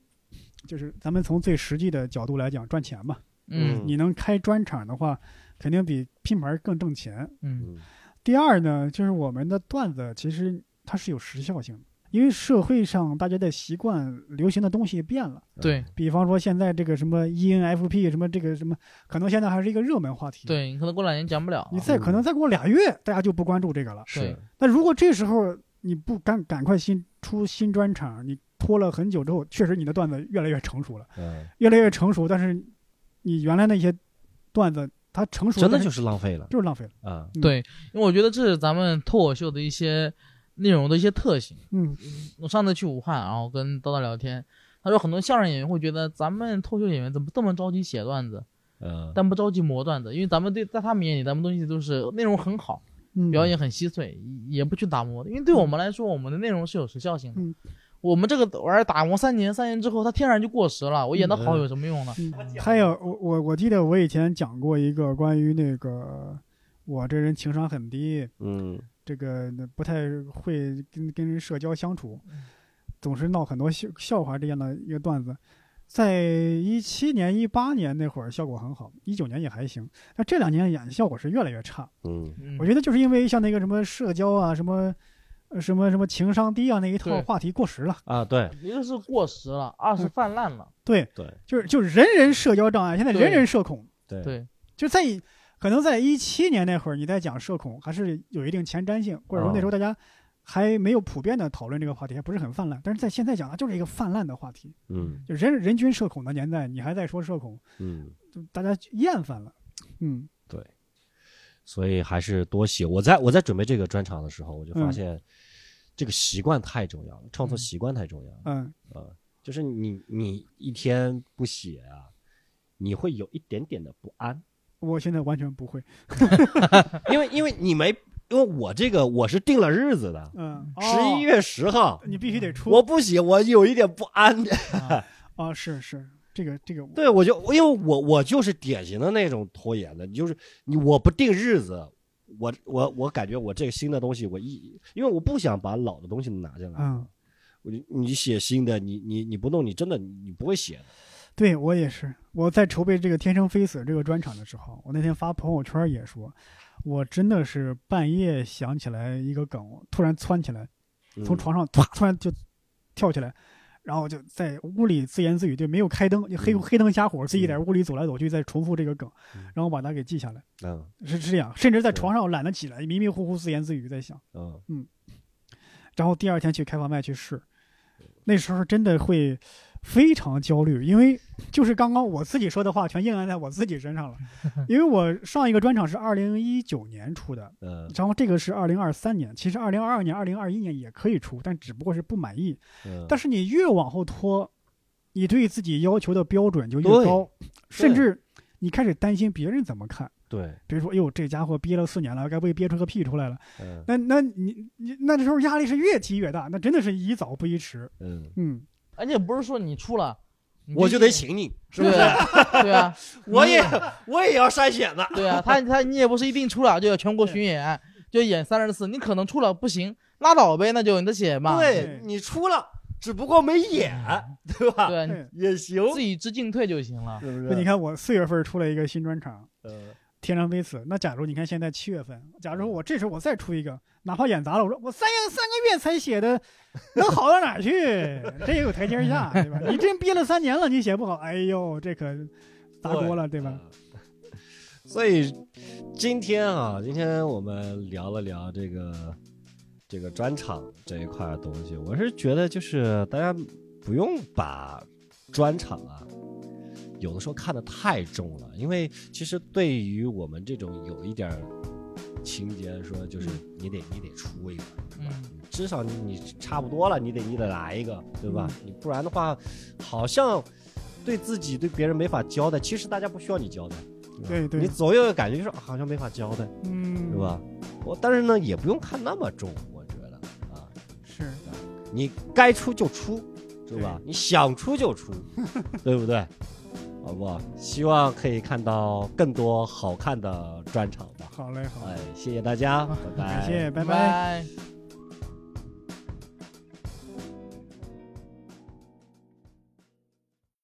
Speaker 2: 就是咱们从最实际的角度来讲赚钱嘛，
Speaker 1: 嗯
Speaker 3: 嗯
Speaker 2: 你能开专场的话，肯定比拼盘更挣钱。
Speaker 3: 嗯
Speaker 1: 嗯
Speaker 2: 第二呢，就是我们的段子其实它是有时效性的，因为社会上大家的习惯、流行的东西变了。
Speaker 1: 嗯
Speaker 3: 对
Speaker 2: 比方说现在这个什么 E ENFP 什么这个什么，可能现在还是一个热门话题。，
Speaker 3: 对，你可能过两年讲不了
Speaker 2: 你
Speaker 3: 了。
Speaker 2: 再可能再过俩月，大家就不关注这个了。
Speaker 1: 是
Speaker 3: 对
Speaker 2: 那如果这时候你不赶赶快新出新专场，你拖了很久之后，确实你的段子越来越成熟了，
Speaker 1: 嗯，
Speaker 2: 越来越成熟，但是你原来那些段子它成熟
Speaker 1: 真的
Speaker 2: 但
Speaker 1: 就是是浪费了
Speaker 2: 就是浪费了。
Speaker 1: 啊。
Speaker 2: 嗯
Speaker 3: 对，因为我觉得这是咱们脱口秀的一些内容的一些特性。
Speaker 2: 嗯
Speaker 3: 我上次去武汉，然后跟叨叨聊天，他说很多相声演员会觉得咱们脱口秀演员怎么这么着急写段子，
Speaker 1: 嗯，
Speaker 3: 但不着急磨段子，因为咱们对在他们眼里，咱们东西都是内容很好，
Speaker 2: 嗯，
Speaker 3: 表演很稀碎，也不去打磨，因为对我们来说，我们的内容是有时效性的。
Speaker 2: 嗯
Speaker 3: 我们这个玩意儿打磨三年，三年之后它天然就过时了，我演的好有什么用呢？
Speaker 2: 嗯还有我我我记得我以前讲过一个关于那个我这人情商很低，
Speaker 1: 嗯
Speaker 2: 这个不太会跟跟人社交相处，
Speaker 3: 嗯
Speaker 2: 总是闹很多笑笑话这样的一个段子，在一七年、一八年那会儿效果很好，一九年也还行，但这两年演的效果是越来越差。
Speaker 1: 嗯
Speaker 3: 嗯
Speaker 2: 我觉得就是因为像那个什么社交啊、什么呃什么什么情商低啊那一套
Speaker 3: 对
Speaker 2: 话题过时了，
Speaker 1: 啊，对
Speaker 3: 一个是过时了，二是泛滥了，
Speaker 2: 对，
Speaker 1: 对
Speaker 2: 就是就是人人社交障碍，现在
Speaker 3: 对
Speaker 2: 人人社恐，
Speaker 1: 嗯对
Speaker 3: 对，
Speaker 2: 就在可能在一七年那会儿，你在讲社恐，还是有一定前瞻性，或者说那时候大
Speaker 1: 哦
Speaker 2: 家还没有普遍的讨论这个话题，还不是很泛滥。但是在现在讲，它就是一个泛滥的话题，
Speaker 1: 嗯
Speaker 2: 就人人均社恐的年代，你还在说社恐，
Speaker 1: 嗯，
Speaker 2: 就大家厌烦了。嗯
Speaker 1: 所以还是多写。我在我在准备这个专场的时候，我就发
Speaker 2: 嗯
Speaker 1: 现这个习惯太重要了，创作习惯太重要了。
Speaker 2: 嗯
Speaker 1: 呃，就是你你一天不写啊，你会有一点点的不安，
Speaker 2: 我现在完全不会。
Speaker 1: 因为因为你没，因为我这个我是定了日子的，
Speaker 2: 嗯，
Speaker 1: 十一
Speaker 2: 月
Speaker 1: 月十号，
Speaker 2: 你必须得出
Speaker 1: 我不写，我有一点不安。
Speaker 3: 啊
Speaker 2: 啊！是是，这个这个我
Speaker 1: 对，我就因为我我就是典型的那种拖延的，就是你我不定日子。我我我感觉我这个新的东西，我一因为我不想把老的东西拿进来，
Speaker 2: 嗯，
Speaker 1: 我就你写新的，你你你不弄，你真的你不会写的。
Speaker 2: 对我也是。我在筹备这个《天生非死》这个专场的时候，我那天发朋友圈也说，我真的是半夜想起来一个梗，突然窜起来，
Speaker 1: 嗯
Speaker 2: 从床上突突然就跳起来，然后就在屋里自言自语，就没有开灯，就黑
Speaker 1: 嗯
Speaker 2: 黑灯瞎火，自己在屋里走来走去，在重复这个梗
Speaker 1: 嗯，
Speaker 2: 然后把它给记下来，
Speaker 1: 嗯
Speaker 2: 是是这样。甚至在
Speaker 1: 对
Speaker 2: 床上懒得起来，迷迷糊糊自言自语在想，
Speaker 1: 嗯
Speaker 2: 然后第二天去开房麦去试，那时候真的会非常焦虑，因为就是刚刚我自己说的话全应验在我自己身上了，因为我上一个专场是二零一九年出的，
Speaker 1: 嗯
Speaker 2: 然后这个是二零二三年，其实二零二二年、二零二一年也可以出，但只不过是不满意。
Speaker 1: 嗯，
Speaker 2: 但
Speaker 1: 是
Speaker 2: 是你越往后拖，你对自己要求的标准就越高，甚至你开始担心别人怎么看。
Speaker 1: 对，
Speaker 2: 比如说，哎呦，这家伙憋了四年了，该不会憋出个屁出来了？
Speaker 1: 嗯
Speaker 2: 那那你你那时候压力是越提越大，那真的是宜早不宜迟。
Speaker 1: 嗯
Speaker 2: 嗯，
Speaker 3: 而且不是说你出了，
Speaker 1: 我就得请你，是不
Speaker 3: 对
Speaker 1: 是？
Speaker 3: 啊对啊，
Speaker 1: 我
Speaker 3: 你
Speaker 1: 也我也要筛选的。
Speaker 3: 对啊，他他你也不是一定出了就要全国巡演，就演三十次，你可能出了不行，拉倒呗，那就你的写嘛。
Speaker 2: 对
Speaker 1: 对你出了，只不过没演，
Speaker 2: 嗯
Speaker 1: 对吧？
Speaker 3: 对啊，你
Speaker 2: 对
Speaker 1: 也行，
Speaker 3: 自己知进退就行了。
Speaker 1: 是不
Speaker 2: 那
Speaker 1: 是？
Speaker 2: 你看我四月份出了一个新专场
Speaker 1: 呃，
Speaker 2: 《天狼飞死》，那假如你看现在七月份，假如我这时候我再出一个，哪怕演砸了，我说我三个三个月才写的，能好到哪儿去？ 这也有台阶下，对吧？你真憋了三年了，你写不好，哎呦，这可砸锅了，对吧？
Speaker 1: 嗯？所以今天啊，今天我们聊了聊这个这个专场这一块的东西，我是觉得就是大家不用把专场啊。有的时候看得太重了，因为其实对于我们这种有一点儿情节来说，就是
Speaker 2: 嗯
Speaker 1: 你得你得出一个，
Speaker 3: 嗯，
Speaker 1: 至少你你差不多了，你得你得来一个，对吧？
Speaker 2: 嗯
Speaker 1: 你不然的话，好像对自己对别人没法交代。其实大家不需要你交代，吧
Speaker 2: 对对
Speaker 1: 你总有一个感觉就是啊好像没法交代，
Speaker 2: 嗯，
Speaker 1: 是？吧？我但是呢，也不用看那么重，我觉得啊，
Speaker 2: 是，
Speaker 1: 你该出就出，是吧？你想出就 出，对不对？好不好？希望可以看到更多好看的专场吧。
Speaker 2: 好嘞，好嘞
Speaker 1: 哎，谢谢大家，拜拜。
Speaker 2: 啊感谢，拜
Speaker 3: 拜。